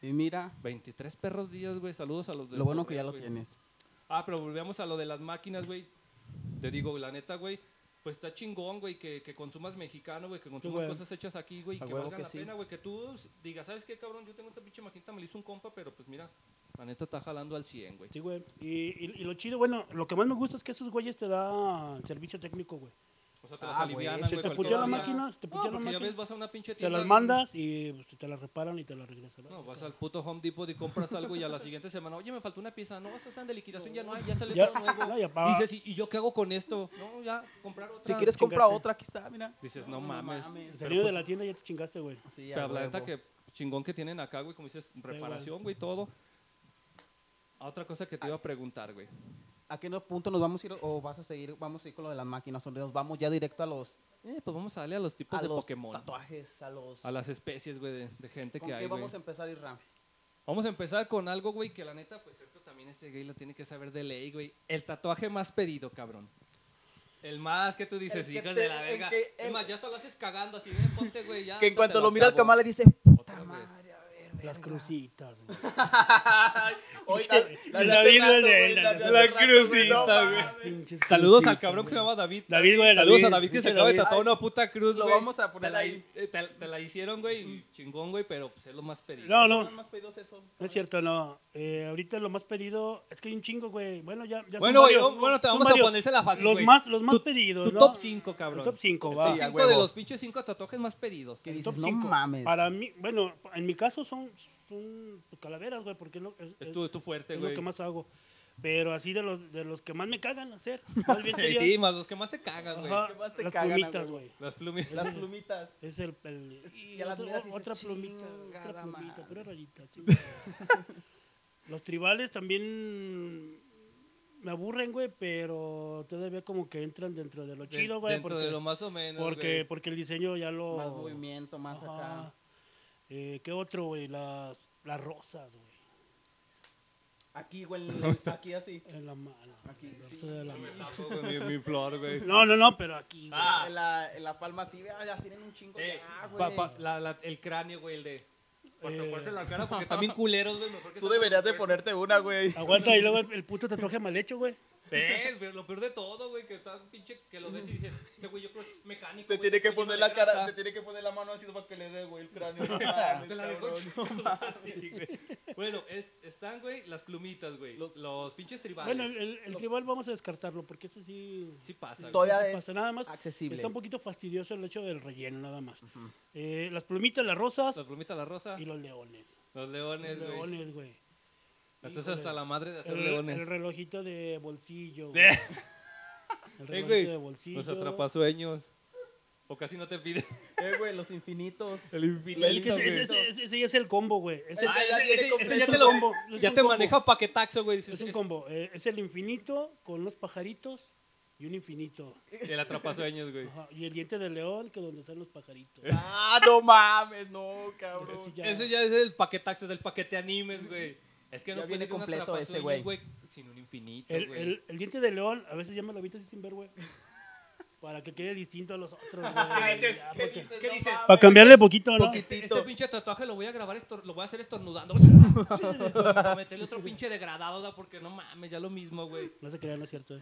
Y mira,
23 perros días, güey. Saludos a los de
lo bueno que ya lo
güey.
tienes.
Ah, pero volvemos a lo de las máquinas, güey. Te digo, la neta, güey. Pues está chingón, güey, que, que consumas mexicano, güey, que consumas
güey.
cosas hechas aquí, güey,
A
que
huevo
valgan
que
la
sí.
pena, güey, que tú s- digas, ¿sabes qué, cabrón? Yo tengo esta pinche maquinita, me la hizo un compa, pero pues mira, la neta está jalando al 100, güey.
Sí, güey. Y, y- y lo chido, bueno, lo que más me gusta es que esos güeyes te dan servicio técnico, güey.
O sea, te las
Ah, güey,
alivianan,
Se
güey,
te
cualquier
puteó la
día.
máquina, se te
No,
puteó la
porque ya ves,
máquina.
vas a una pinche
Se
tienda.
las
y-
mandas y pues, te las reparan y te las regresan.
No, vas al puto Home Depot y compras algo y a la siguiente semana, oye, me faltó una pieza. No, esas están de liquidación, ya no hay, ya sale
Ya-
todo nuevo.
no, ya pa-
Y dices, ¿y y yo qué hago con esto? No, ya, comprar otra.
Si quieres,
chingaste.
compra otra, aquí está, mira.
Dices, no mames.
Salido de la tienda ya te chingaste, güey.
Sí, a
Pero la neta
huevo.
que chingón que tienen acá, güey, como dices, reparación, güey, todo. Ah, Otra cosa que te iba a preguntar, güey.
¿A qué no- punto nos vamos a ir o vas a seguir? Vamos a ir con lo de las máquinas, o nos vamos ya directo a los,
Eh, pues vamos a darle a los tipos
a
de
los
Pokémon.
tatuajes, a los...
A las especies, güey, de, de gente
¿Con
que
qué
hay, güey.
vamos a em-? empezar, Irram?
Vamos a empezar con algo, güey, que la neta, pues esto también este gay lo tiene que saber de ley, güey. El tatuaje más pedido, cabrón. El más que tú dices,
El que
hijas
te-
de la
el
verga.
que-
es
el-
más, ya hasta lo haces cagando así, "Ven, ponte, güey, ya.
Que en
ahorita
cuanto
te
lo mira el
acabo".
camal le dice, puta
Otra vez.
madre, a ver,
Las
verga".
crucitas, güey.
Hoy
Es
la-
que
la de
el
hace
David,
rato,
el de-
güey,
el de-
la de hace
la
rato,
crucita,
no
güey.
mames.
Pinches
Saludos al
crucitas,
cabrón que se llama David.
David, güey.
Saludos a David que se
pinche
acaba de
David.
tatuar una puta cruz,
Lo
güey.
vamos a poner
Te la-
ahí.
eh, Te, te la hicieron, güey, y chingón, güey, pero pues es lo más pedido.
No, no.
Son más pedidos esos.
No es cierto, no. Eh, ahorita lo más pedido es que hay un chingo, güey. Bueno, ya, ya son
Bueno, güey,
varios.
no, bueno, te
Son
vamos a
varios.
ponérsela fácil,
Los
güey.
más, los más
Tu-
pedidos,
Tu
¿no?
top 5, cabrón.
El top 5,
Sí,
va.
a
Cinco
huevo.
de los pinches 5 tatuajes más pedidos.
Que
El
dices,
top
no
cinco.
mames.
Para mí, bueno, en mi caso son, son calaveras, güey, porque es lo, es-
Es tu, tu
es
fuerte,
lo
güey.
que más hago. Pero así de los, de los que más me cagan hacer. Más bien
Sí,
sería-
sí, más los que más te cagan, güey.
Ajá,
que más te
las
cagan, a
plumitas,
huevo.
güey.
Las plumitas.
Las plumitas.
Es el. el- y
a la
otro-
miras y
otra
dices,
plumita. Otra
"Chingada
plumita,
madre".
pura rayita. chingada. Los tribales también me aburren, güey, pero todavía como que entran dentro de lo
De-
chido, güey.
Dentro
Porque,
de lo más o menos,
porque,
güey.
porque el diseño ya lo.
Más movimiento, más
Ajá.
acá.
Eh, ¿Qué otro, güey? Las, las rosas, güey.
Aquí, güey, en el- aquí así.
En la mano.
Aquí,
No
sí.
sé de la mano.
Tampoco mi, mi flor, güey.
No, no, no, pero aquí. güey.
Ah.
En, la, en la palma así, vea, ya tienen un chingo
Eh,
ya,
pa-
güey.
pa- la- la- el cráneo, güey, el de. Para
Eh.
taparse la cara, porque también culeros, güey. mejor que
Tú
se-
deberías de ponerte una, Ah, güey.
Aguanta y luego el, el puto tatuaje mal hecho, güey.
Eh, pero lo peor de todo, güey, que está pinche. Que lo ves y dices, ese güey, yo creo que es mecánico.
Se
güey,
tiene
está
que
lleno
poner
de
la cara, Ah,
grasa.
se tiene que poner la mano así para que le dé, güey, el cráneo. No mames,
Te Ah, la dejó
cabrón.
chiquito, así, güey. Bueno, es- están, güey, las plumitas, güey. Los, los pinches tribales.
Bueno, el, el
Lo-
tribal vamos a descartarlo porque ese sí.
Sí pasa, güey.
Todavía
no se
es
pasa nada más.
accesible.
Está un poquito fastidioso el hecho del relleno, nada más. Eh, las plumitas, las rosas
Las plumitas, la rosa.
y los leones.
Los
Los
leones, güey.
leones, güey.
Estás
Híjole.
hasta la madre de hacer
El, el
leones.
relojito de bolsillo. güey.
Eh,
El
güey,
relojito de bolsillo.
Los atrapasueños. O casi no te pide.
Eh, güey, los infinitos.
El infinito.
Es que ese, ese, ese- ese- ese ya es el combo, güey. Es el-
Ah,
ya
ese-
viene
ese-
completo.
ese ya
Es
te
un
lo
combo, es
ya
un
te
combo.
maneja paquetaxo, güey. dices,
Es un
es-
combo. eh, es el infinito con los pajaritos y un infinito.
El atrapasueños, güey.
Ajá, Y el diente de león, que donde están los pajaritos.
Ah, no mames, no, cabrón.
Ese sí ya-
Ese ya es el paquetaxo del paquete animes, güey. Es que
Ya
no
viene
puedes ir a un
completo ese,
atrapasueños, Sin un infinito,
el,
güey.
el- el diente de león, a veces ya me lo aviento así sin ver, güey. Para que quede distinto a los otros, güey.
¿Qué dices?
Ya,
¿Qué
porque-
dices? ¿Qué dices?
Para cambiarle poquito, ¿no?
Poquitito.
Este pinche tatuaje lo voy a grabar, estor- lo voy a hacer estornudando. Para meterle otro pinche degradado, da, porque no mames, ya lo mismo, güey.
No se crean, no es cierto. eh.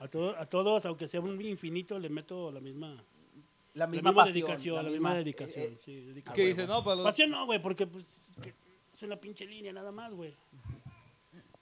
A, to- a todos, aunque sea un infinito, le meto la misma,
La
la
misma
misma
pasión.
dedicación. La misma, dedicación,
eh, eh,
sí, dedicación.
Que dices, no, pues para los-
Pasión no, güey, porque pues, que es una pinche línea nada más, güey.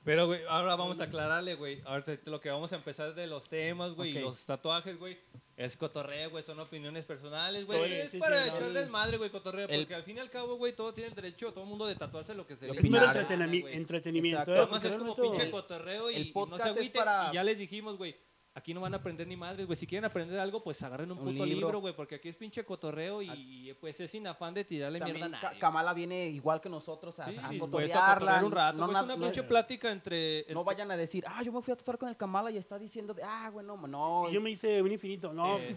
Pero, güey, ahora vamos a aclararle, güey. Ahorita lo que vamos a empezar de los temas, güey, y
Ok.
los tatuajes, güey. Es cotorreo, güey, son opiniones personales,
Todo
güey.
bien,
Es
sí,
para
sí, no,
echarle
el-
el madre, güey, cotorreo.
el-
Porque al fin y al cabo, güey, todo tiene el derecho, todo el mundo de tatuarse lo que se
De
le
Primero
opinar,
dé la gana,
entretenimi-
güey.
entretenimiento.
Exacto.
eh,
Nada más
porque
es como
realmente-
pinche
pues el-
cotorreo y,
el
y no
podcast
se
es
agüiten.
para-
Y ya les dijimos, güey, aquí no van a aprender ni madres, güey. Si quieren aprender algo, pues agarren un,
Un
puto
libro. Ah.
libro, güey, porque aquí es pinche cotorreo y, y, pues es sin afán de tirarle mierda a
También Ka-
nadie.
Kamala viene igual que nosotros a,
Sí,
a
dispuesta a
cotorrearla.
cotorrear un rato,
no,
güey,
na-
es una
no-
pinche este plática entre...
no vayan a decir, ah, yo me fui a tatuar con el Kamala y está diciendo, de, ah, güey, no, no.
Y yo me hice un infinito, no.
Eh,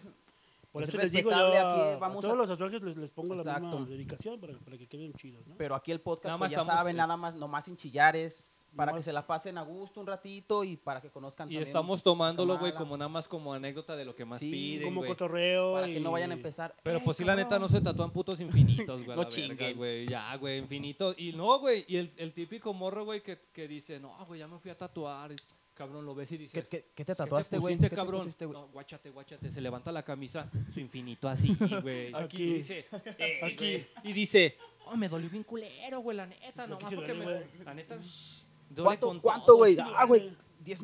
por
es
eso les digo, yo
respetable, aquí
a, a
vamos
todos
a-
los tatuajes les, les pongo la
Exacto.
misma dedicación para, para que queden chidos, ¿no?
Pero aquí el podcast,
Nada
pues
más
ya
estamos,
saben,
eh,
nada más, nomás sin chillares, para que
nomás-
se la pasen a gusto un ratito y para que conozcan
y
también.
estamos tomándolo, güey,
Kamala.
como nada más como anécdota de lo que más
Sí,
piden,
como
güey.
cotorreo.
Para que no vayan a
y-
empezar.
Pero
"Eh,
pues sí, la neta, no
cabrón".
se tatúan putos infinitos, güey. a
No
la verga,
chinguen.
güey. Ya, güey, infinito. Y no, güey, y el, el típico morro, güey, que, que dice, no, güey, ya me fui a tatuar. y, Cabrón, lo ves y dices...
¿Qué, qué, qué te
¿Qué te
tatuaste, güey?
pusiste,
¿Qué te
cabrón?
pusiste, güey?
No, guáchate, guáchate. Se levanta la camisa, su infinito así, güey.
Aquí.
Y dice, eh,
Aquí.
güey. Y dice, oh, me dolió bien culero, güey, la neta.
Pues
No,
aquí
más
se
porque
duele,
me... La neta, shh, duele con
¿Cuánto, cuánto,
todo,
güey?
sí,
Ah, güey, 10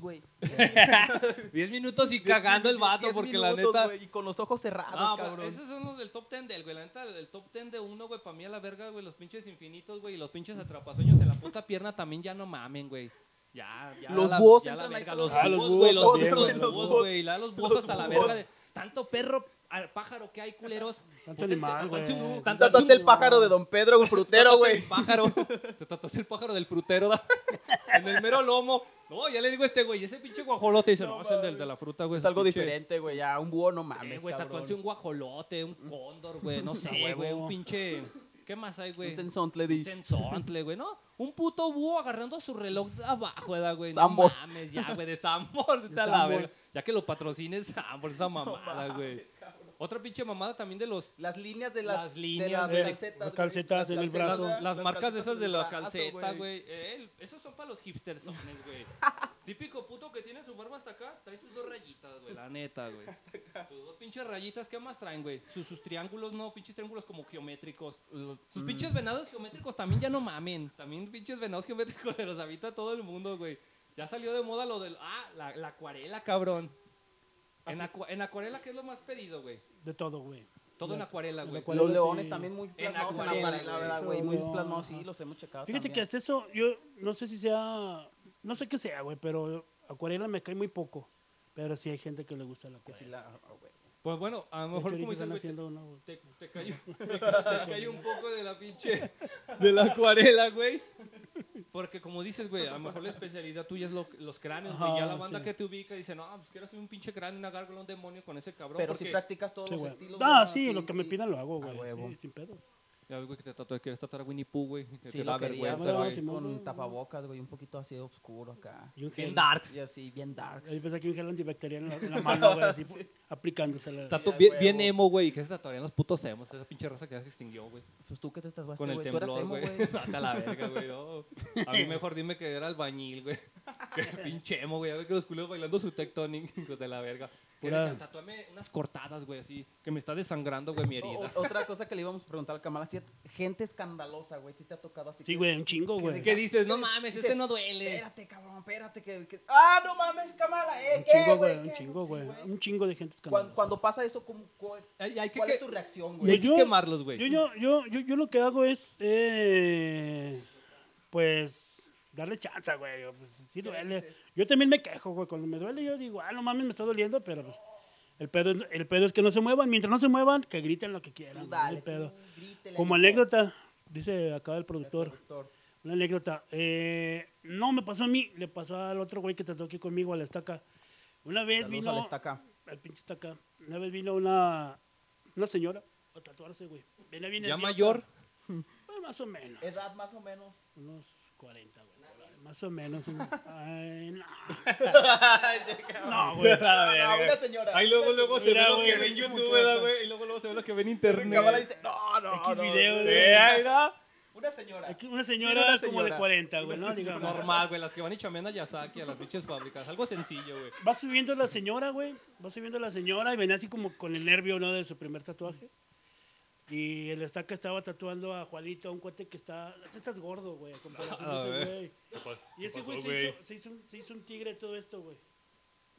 güey.
Diez minutos y cagando el vato,
10
porque la
minutos,
neta...
güey, y con los ojos cerrados,
No, pero
cabrón.
esos son los del top 10 del, güey. La neta, el top 10 de uno, güey, para mí a la verga, güey, los pinches infinitos, güey, y los pinches atrapasueños en la puta pierna también ya no mamen, güey. Ya, ya.
Los
la,
búhos
ya la
entran ahí
verga,
con
los
los-
Ah, los
búhos, güey, los
búhos
búhos,
también,
los
los
búhos,
búhos.
güey, la los búhos
Los
hasta la
búhos.
verga. de- tanto perro, al pájaro que hay, culeros.
Tanto
Ponte-
animal, güey.
tanto-
Tatuaste el pájaro de Don Pedro, güey, frutero,
Tatuaste
güey.
el pájaro. Te tatuaste el pájaro del frutero, ¿da? En el mero lomo. No, ya le digo a este güey, ese pinche guajolote dice, no, es el del de la fruta, güey.
Es
ese
algo
pinche-
diferente, güey. Ya, un búho, no
Eh,
mames,
güey, tatuarse
Ah, cabrón.
un guajolote, un cóndor, güey, no sé,
A huevo.
güey, un pinche... ¿Qué más hay, güey?
Un sensontle, di.
Sensontle, güey, ¿no? Un puto búho agarrando su reloj de abajo, ¿verdad, güey?
Sambors.
No mames, ya, güey, de Sambor,
De
la
Sambor.
verga. Ya que lo patrocines, Sambor, esa mamada, güey. Otra pinche mamada también de los...
Las líneas de las,
Las líneas
de las
de-
calcetas.
las
güey.
calcetas en el
Las,
brazo.
las marcas de
calcetas
esas
en
de
el
la
brazo,
calceta, güey. Eh, el- esos son para los hipstersones, güey. Típico puto que tiene su barba hasta acá, trae sus dos rayitas, güey, la neta, güey. Sus dos pinches rayitas, ¿qué más traen, güey? Sus, sus triángulos, no, pinches triángulos como geométricos. Sus pinches venados geométricos también ya no mamen. También pinches venados geométricos se los habita todo el mundo, güey. Ya salió de moda lo del... Ah, la, la acuarela, cabrón. En, acua- en acuarela, ¿qué es lo más pedido, güey?
De todo, güey.
Todo en acuarela,
en
güey.
acuarela.
Los
Cuál es,
leones
sí.
también muy plasmados en
acuarela,
acuarela,
güey.
¿verdad, güey? Muy
León,
plasmados, sí,
ajá.
los hemos checado Ah,
Fíjate que
también.
hasta eso, yo no sé si sea, no sé qué sea, güey, pero acuarela me cae muy poco. Pero sí hay gente que le gusta la
Que sí
acuarela.
la- ah, güey.
Pues bueno, a lo
De hecho,
mejor como
ahorita
dicen,
están
güey, te-
haciendo una, güey.
Te, te cayó, te, te cayó un poco de la pinche. De la acuarela, güey. Porque como dices, güey, a lo mejor la especialidad tuya es lo- los cráneos, güey. Ya
Ajá,
la banda
sí.
que te ubica dice, no, pues quiero hacer un pinche cráneo, una gárgola, un demonio con ese cabrón.
Pero
porque
si practicas todos
Sí,
los
güey.
estilos.
Ah,
¿verdad?
sí, lo que me
sí.
pidan lo hago,
A huevo.
güey. Sí, sin pedo.
Ya ves, güey, que te tatuaje, quieres tatuar a Winnie Pooh, güey. que
Sí,
te
lo
da
quería,
vergüenza,
pero
güey.
Simón,
con
güey.
tapabocas, güey, un poquito así oscuro acá.
Y un
Bien
gel.
darks.
Y así, bien darks.
Ahí pensé que un gel antibacteriano en la, en la mano, güey, así
Sí.
aplicándosela.
Tatu-
a
bien,
huevo.
bien emo, güey. ¿Qué se tatuarían los putos emos? Esa pinche raza que ya se extinguió, güey.
Pues tú que te tatuaste,
Con el
güey. Tú eras
temblor,
emo,
güey.
güey.
Hasta la verga, güey. no. A mí mejor dime que era albañil, güey. Que pinche emo, güey. Ya ve que los culeros bailando su tectonic, hijos de la verga. Que
Pura-
decían, Tatúame unas cortadas, güey, así. Que me está desangrando, güey, mi herida.
Oh,
O- otra cosa que le íbamos a preguntar al camarada, si gente escandalosa, güey, si te ha tocado así.
Sí,
que-
güey, un chingo, güey.
¿Qué dices? No mames,
Dice,
ese no duele.
Espérate, cabrón, espérate. Que, que- Ah, no mames, camarada. Eh,
Un
¿qué,
chingo, güey, un
¿Qué?
chingo,
Sí,
güey. Un chingo de gente
Cuando,
escandalosa.
cuando pasa eso, ¿cómo- cu-
Hay, hay que,
¿cuál es
que-
tu reacción,
hay
güey?
que
Yo-
quemarlos, güey.
Yo, yo, yo, yo, yo lo que hago es, eh, pues, darle chance, güey. yo, Pues, sí duele. Yo también me quejo, güey. Cuando me duele, yo digo, ah, no mames, me está doliendo, pero pues, el pedo, es- el pedo es que no se muevan. Mientras no se muevan, que griten lo que quieran.
Tú
güey,
dale,
el pedo.
tú grítele,
Como
grítele.
anécdota, dice acá el productor,
Doctor.
una anécdota. eh, no me pasó a mí, le pasó al otro güey que trató aquí conmigo, a la estaca. Una vez
Saludos
vino.
a la estaca.
Al pinche está acá. Una vez vino una, una señora a tatuarse, güey. Venía bien
ya
nerviosa.
mayor.
Bueno, Pues, más o menos.
Edad más o menos.
Unos 40, güey. Más o menos. un- Ay, no.
no,
güey.
No, una señora.
Ahí luego, luego se ve
Mira,
lo que
güey,
ve en
es como
YouTube,
que
¿verdad,
vas a-
güey. Y luego, luego se ve lo que ve en
El camarada
internet.
dice, no, no,
X
no,
video,
no,
Sí,
güey.
ahí, ¿no?
Una señora.
Aquí Una
Tiene
señora,
una
como de
señora.
40, güey, ¿no? Digamos.
Normal, güey. Las que van y chamean a Yasaki, a las pinches fábricas. Algo sencillo, güey.
Va subiendo la señora, güey. Va subiendo la señora y venía así como con el nervio, ¿no? De su primer tatuaje. Y el estaca estaba tatuando a Juanito, un cuate que está. Tú estás gordo, güey. a comparación
Ah, A
de ese
ver.
güey. Y ese güey se, hizo, se, hizo un, se hizo un tigre todo esto, güey.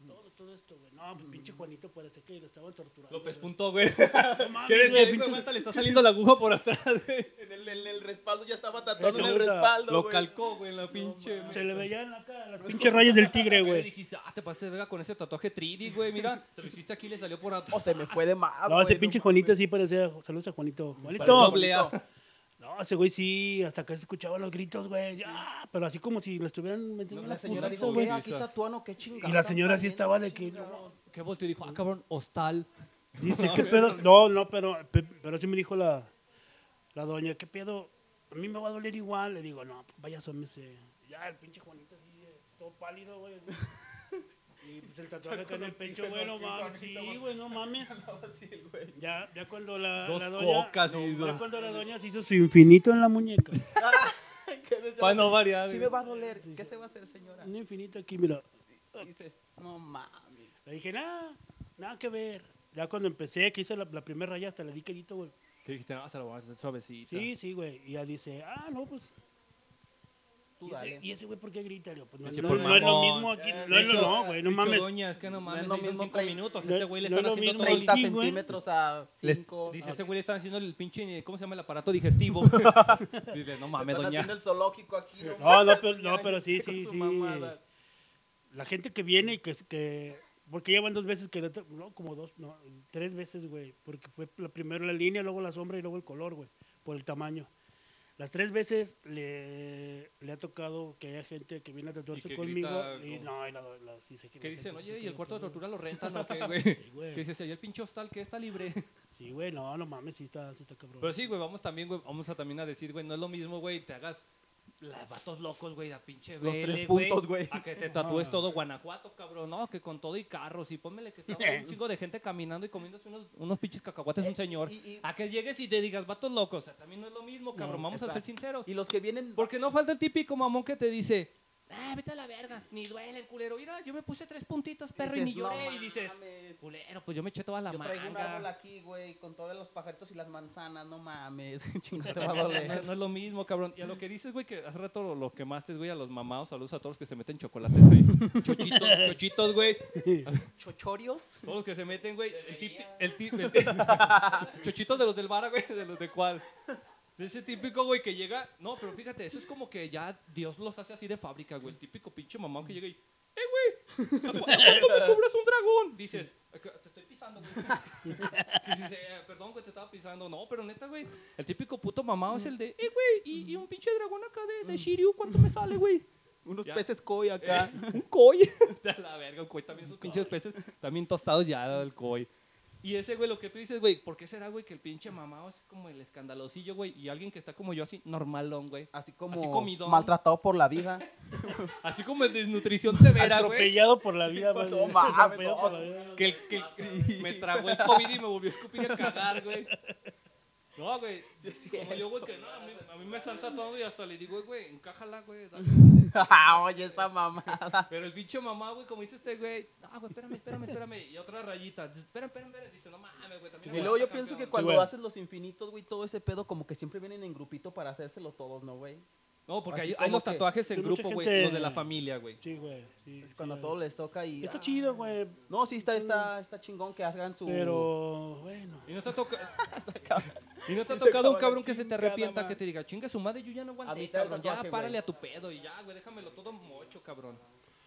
Todo, todo esto, güey. No, pues pinche Juanito parece que lo estaban torturando.
Mm. López
güey.
punto, güey.
No mames,
¿Quieres
güey,
decir,
pinche-
pinche vuelta le está saliendo la aguja por atrás, güey?
En el, en el respaldo ya estaba tatuado
Eso
en el
usa.
respaldo.
Lo
güey.
calcó, güey, la pinche.
Se le veían acá las pinches rayas del tigre,
güey.
güey.
dijiste, ah, te pasaste de verga con ese tatuaje 3D, güey, mira. Se lo hiciste aquí y le salió por
O
atrás.
se me fue de más.
No,
güey,
ese pinche
mames.
Juanito sí parecía. Saludos a Juanito.
Parecía
Juanito.
oblea.
No, ese güey sí, hasta acá se escuchaban los gritos, güey. Ya, pero así como si le estuvieran metiendo
La
una
señora
putiza,
dijo,
güey.
güey, aquí tatuano, qué chingada.
Y la señora sí estaba de que. no,
Que volteó y dijo, ah, cabrón, hostal.
Dice, ¿qué pedo? No, no, pero, pe- pero sí me dijo la, la doña, ¿qué pedo? A mí me va a doler igual. Le digo, no, pues vaya, asómese. Ya, el pinche Juanito así, eh, todo pálido, güey. así. Y pues el tatuaje acá en el pecho, güey, no mames. Sí, güey, no mames. Ya, ya cuando la,
Dos
la doña...
cocas y
no, ya
dos-
cuando la doña se hizo su infinito en la muñeca.
Para no variar.
Sí me
güey.
va a doler. ¿Qué se va a hacer, señora?
Un infinito aquí, mira.
Y dices, no mames.
Le dije, nada, nada que ver. Ya cuando empecé, que hice la, la primera raya, hasta le di quedito, güey.
Que dijiste, no, se lo van a hacer suavecita.
Sí, sí, güey. Y ya dice, ah, no, pues...
Tú
Y ese-
dale.
¿Y ese güey por qué grita? Leo? Pues no,
Ese
no-
por
no es lo
mamón.
mismo aquí.
Ya,
No, es lo-
dicho-
no, güey, no
Pinche
mames.
doña, es que no mames,
es lo
le dicen
mismo
5
traer-
minutos.
no-
Este güey le
no
están
es lo
haciendo
mismo
todo.
traer-
30
sí, güey.
centímetros a
Le-
5.
Dice,
Le
ese güey le están haciendo el pinche, ¿cómo se llama el aparato digestivo? Dile, no mames,
están
doña.
haciendo el zoológico aquí.
No, no,
mames,
pero- no,
ya,
pero sí,
con
sí,
su
sí.
mamada.
La gente que viene y que, es- que porque llevan dos veces que el otro- no, como dos, no, tres veces, güey, porque fue la primero la línea, luego la sombra y luego el color, güey, por el tamaño. Las tres veces le, le ha tocado que haya gente que viene a tatuarse
Y que
conmigo
grita
y
como-
no, y la, la- sí se
Que
la
dicen,
gente sí
oye,
se
¿y el
queda
cuarto de
pensando.
tortura lo rentan o qué, güey? Que
güey.
dice, si hay el pinche hostal que está libre.
Sí, güey, no, no mames, sí está, sí está cabrón.
Pero sí, güey, vamos también, güey, vamos a también a decir, güey, no es lo mismo, güey, te hagas la- vatos locos, güey, la pinche
Los
vele,
tres puntos, güey.
A que te tatúes
Ah.
todo Guanajuato, cabrón, no, que con todo y carros, y pónmele que
Eh.
está un chingo de gente caminando y comiéndose unos, unos pinches cacahuates un señor.
y- y-
a que llegues y te digas, vatos locos, o sea, también no es lo mismo, cabrón, vamos a ser
Exacto.
sinceros.
Y los que vienen.
Porque no falta el típico mamón que te dice, ah, vete a la verga, ni duele el culero. Mira, yo me puse tres puntitos, perro, y
dices,
ni lloré.
"No
y dices,
mames,
culero, pues yo me eché toda la
Yo traigo un árbol
manga.
aquí, güey, con todos los pajaritos y las manzanas, no mames. Chinga, te va a doler.
No, no es lo mismo, cabrón. Y a lo que dices, güey, que hace rato lo, lo quemaste, güey, a los mamados. Saludos a todos los que se meten chocolates, güey. Chochitos, chochitos, güey.
¿Chochorios?
Todos los que se meten, güey. El tip, el tip, el tip. Chochitos de los del bar, güey, de los de cuál. De ese típico, güey, que llega. No, pero fíjate, eso es como que ya Dios los hace así de fábrica, güey. El típico pinche mamón que llega y. ¡Eh, güey! ¿a cu- a ¿Cuánto me cobras un dragón? Dices, "Ac- te estoy pisando, güey. Y dices, "Eh, perdón, güey, te estaba pisando. No, pero neta, güey. El típico puto mamado es el de, ¡eh, güey! Y, y un pinche dragón acá de, de Shiryu, ¿cuánto me sale, güey?
Unos
Ya.
peces koi acá.
Eh.
Un koi. De la verga, un koi. También esos pinches peces, también tostados ya, el koi. Y ese, güey, lo que tú dices, güey, ¿por qué será, güey, que el pinche mamado es como el escandalosillo, güey? Y alguien que está como yo así, normalón, güey.
Así como
Así comidón.
maltratado por la vida.
Así como en desnutrición severa, güey.
Atropellado por la vida, más
No
bien.
mames,
Atropellado
no,
por la
sí.
vida.
Que, el- que el- me tragó el COVID y me volvió a escupir a cagar, güey. No, güey. como yo, güey, que no, a mí, a mí me están tatuando y hasta le digo, güey, encájala, güey. dale, dale.
Ah,
Oye, esa mamada.
Pero el bicho mamá, güey, como dice este güey, ah, güey, espérame, espérame, espérame. Y otra rayita, espérame, espérame, espérame. Dice, no mames, güey, también.
Y luego yo pienso que
cuando...
cuando
güey.
haces los infinitos, güey, todo ese pedo como que siempre vienen en grupito para hacérselo todos, ¿no, güey?
No, porque
Así
hay, hay
como
los
que-
tatuajes en
Sí, mucha
grupo, güey,
gente-
los de la familia, güey.
Sí, güey. sí,
Es
sí,
cuando a
güey.
todos les toca y...
Está
ah,
chido, güey.
No, sí, está, está, está chingón que hagan su...
Pero, bueno.
Y no te ha tocado... Y no te ha tocado
Se
un
acaba la
cabrón que se te
chingada
arrepienta,
madre.
que te diga, chinga su madre, yo ya no
A
aguanté,
mitad del
cabrón,
tatuaje,
ya
güey.
párale a tu pedo y ya, güey, déjamelo todo mocho, cabrón.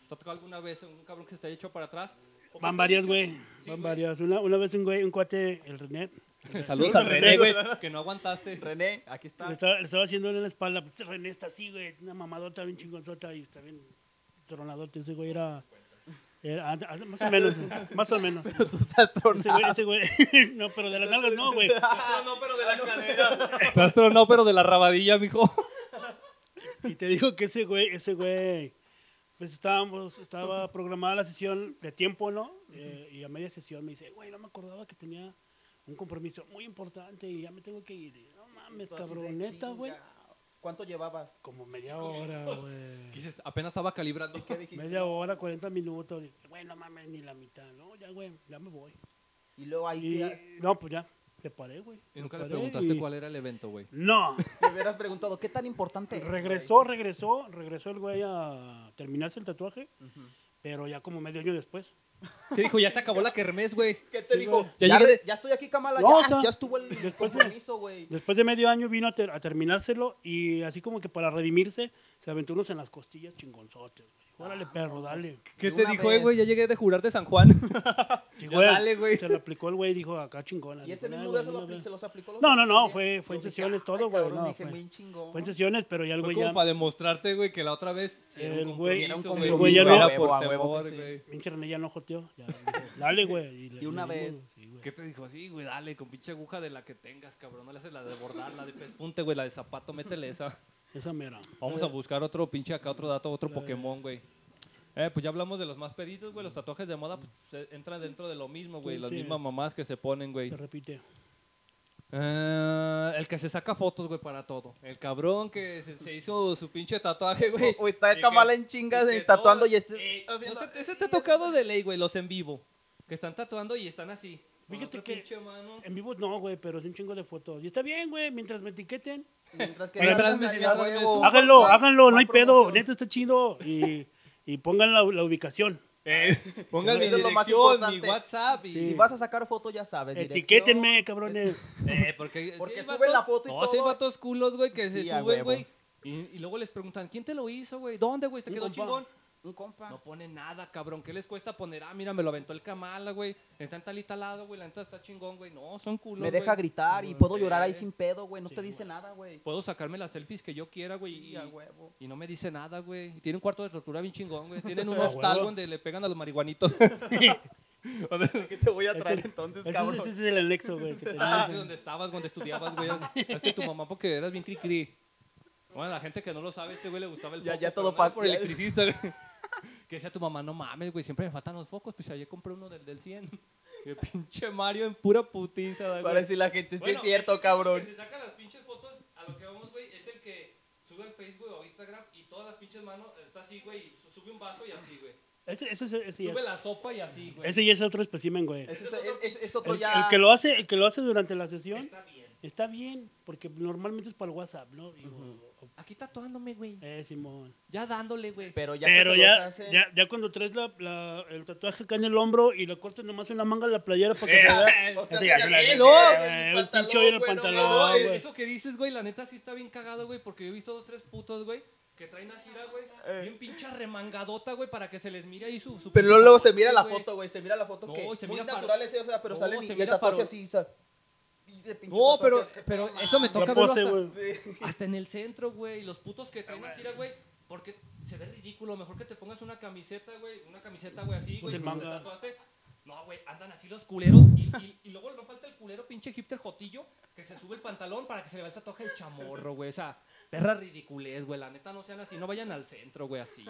¿Te ha tocado alguna vez un cabrón que se te haya hecho para atrás? O que
Van
te
varias,
diga-
güey.
Sí,
Van
güey.
varias. Una, una vez un güey, un cuate, el René,
Saludos al René, güey, que no aguantaste.
René, aquí está.
le estaba, le estaba haciendo en la espalda. Pues, René está así, güey. Una mamadota bien chingonzota y está bien tronadote. Ese güey era. era- ah, más o menos, güey, más o menos.
Tú estás
Ese güey,
tronado.
ese güey. No, pero de las nalgas no, güey.
No, Ah, no, pero de la cadera. Estás tronado, pero de la rabadilla, mijo.
Y te digo que ese güey, ese güey, pues estábamos, estaba programada la sesión de tiempo, ¿no? Eh, y a media sesión me dice, güey, no me acordaba que tenía un compromiso muy importante y ya me tengo que ir. Y, No mames,
Tú Pues, así de
cabrón, neta, güey.
chinga. ¿Cuánto llevabas?
Como media hora, güey.
Dices, apenas estaba calibrando.
¿Qué dijiste?
Media hora, 40 minutos. Y, Güey, no mames, ni la mitad. No, ya, güey, ya me voy.
Y luego ahí
Y,
te has-
no, pues ya, te paré, güey.
Y
Me
nunca le
paré
preguntaste
y-
cuál era el evento, güey.
No,
te hubieras preguntado, ¿qué tan importante es, güey?
regresó, regresó, regresó el güey a terminarse el tatuaje, pero ya como medio año después.
¿Qué dijo? Ya se acabó la kermés, güey.
¿Qué te
Sí,
dijo?
güey.
Ya,
Ya llegué
re- ya estoy aquí, Kamala.
No,
ya,
o sea,
ya estuvo el
después de-
compromiso, güey.
Después de medio año vino a, ter- a terminárselo y así como que para redimirse se aventó unos en las costillas chingonzotes. güey. Órale, perro, dale.
¿Qué
De
te
una
dijo,
vez.
eh, güey? Ya llegué de jurar de San Juan.
Sí,
Ya dale, güey.
Se lo aplicó el güey, dijo acá chingona.
Y
Dijo,
ese
"Nah,
mismo
güey,
día se,
no
lo
me
apli-
ve".
se los aplicó.
No, no, no,
Yo
fue- fue en
dije,
sesiones
"Ay,
todo, güey,
cabrón",
no,
dije,
fue-
"Bien chingón".
Fue en sesiones, pero ya el
Fue
güey
como
ya...
para demostrarte, güey, que la otra vez sí era
El
un
güey-
compromiso,
el
güey.
güey ya
no era por
no- a huevo, a huevo
temor,
que sí.
güey.
Pinche René ya no joteó. ya, dijo, dale, güey. le-
Y una
le dimos,
vez.
sí, güey.
¿Qué te dijo? Sí, güey, dale, con pinche aguja de la que tengas, cabrón. No le haces la de bordar, la de pespunte, güey, la de zapato, métele esa.
Esa mera.
Vamos a buscar otro pinche acá, otro dato, otro Pokémon, güey. Eh, pues ya hablamos de los más pedidos, güey. Los tatuajes de moda pues, se- entran dentro de lo mismo, güey.
Sí,
Las
sí
mismas
es.
mamás que se ponen, güey.
Se repite.
Ah, el que se saca fotos, güey, para todo. El cabrón que se, se hizo su pinche tatuaje, güey.
Uy, está
Y
el Kamala
que-
en chingas
y que
eh, tatuando
todo-
y este
eh,
haciendo-
¿no te- ese te ha tocado de ley, güey, los en vivo. Que están tatuando y están así. con
Fíjate
otra
que-
pinche mano.
En vivo no, güey, pero es un chingo de fotos. Y está bien, güey, mientras me etiqueten.
Mientras que
Mientras
mientras
me-
que-
mientras
huevo,
me subo.
Háganlo,
hay-
háganlo, no hay pedo.
promoción.
Neta, está chido. Y, y pongan la, la ubicación.
Eh, pongan mi
Eso es lo más
dirección, mi
importante.
WhatsApp. Y,
Sí.
Si vas a sacar foto, ya sabes. dirección.
Etiquétenme, cabrones.
Eh, porque
Porque
hay
suben
vatos-
la foto y
no,
todo.
sí hay vatos culos, güey, que se
Sí, a
suben,
huevo.
güey. Y, y luego les preguntan, ¿quién te lo hizo, güey? ¿Dónde, güey? ¿Te
Un
quedó
compa.
chingón?
Un compa.
No ponen nada, cabrón. ¿Qué les cuesta poner? Ah, mira, me lo aventó el Kamala, güey. Está en tal y tal lado, güey. La neta está chingón, güey. No, son culos,
me deja
güey.
gritar y
Güey.
puedo llorar ahí sin pedo, güey. No te dice nada, güey.
Puedo sacarme las selfies que yo quiera, güey.
Sí,
y-
a huevo.
Y no me dice nada, güey. Y Tiene un cuarto de tortura bien chingón, güey. Tienen un
A
hostal
huevo.
donde le pegan a los marihuanitos.
¿Qué te voy a
traer Ese-
entonces,
Ese, es- ese es el anexo, güey. que te
Ah,
dan,
sí,
güey.
donde estabas, donde estudiabas, güey. Es que tu mamá, porque eras bien cri-cri. Bueno, la gente que no lo sabe, este güey le gustaba el
Ya-
foco.
ya
pero
todo
no
pa-
era por
ya-
electricista, güey. Que decía tu mamá, no mames, güey, siempre me faltan los focos. Pues ayer compré uno del, del 100. Que pinche Mario en pura putiza, güey.
Para decir la gente, sí
Bueno,
es cierto,
ese- el
cabrón.
que se saca las pinches fotos, a lo que vamos, güey, es el que sube al Facebook o Instagram y todas las pinches manos, está así, güey, y su- sube un vaso y así, güey.
Ese, ese, es- ese ya
Sube
es,
la sopa y así, güey.
ese ya es otro espécimen, güey.
Ese es, es- es otro
El,
ya.
el que lo hace, el que lo hace durante la sesión
Está bien.
está bien, porque normalmente es para el WhatsApp, ¿no? Digo,
Aquí tatuándome, güey.
eh, Simón.
Ya dándole, güey.
Pero ya. que
Pero
se los
ya,
hacen-
ya, ya cuando traes la, la- el tatuaje acá en el hombro y lo cortas nomás en la manga de la playera para que se vea.
Eh, O sea,
Ese ya
se
se la-
ve,
eh,
¿no?
el pinche hoyo en el
Ah, güey, no
pantalón,
No,
güey.
eso que dices, güey, la neta sí está bien cagado, güey, porque yo he visto dos, tres putos, güey, que traen así, la, güey, bien pincha remangadota, güey, para que se les mire ahí su... su
eh. Pero
pinche
luego se mira la
güey.
foto, güey. Se mira la foto
No,
que
y se
muy
mira
natural
faro-
ese, o sea, pero
No,
sale
se
y el
mira
tatuaje
faro-
así, o sea. y ese pinche
No, pero,
tatuaje acá,
pero eh, eso me toca
La
verlo
pose,
hasta,
güey.
hasta en el centro, güey, y los putos que traen así, la, güey, porque se ve ridículo, mejor que te pongas una camiseta, güey, una camiseta, güey, así,
Pues
güey,
el
como te
manga.
tatuaste. No, güey, andan así los culeros y, y- y luego no falta el culero pinche hipster jotillo que se sube el pantalón para que se le vea el tatuaje del chamorro, güey. O sea, perra ridiculez, güey. La neta, no sean así, no vayan al centro, güey, así.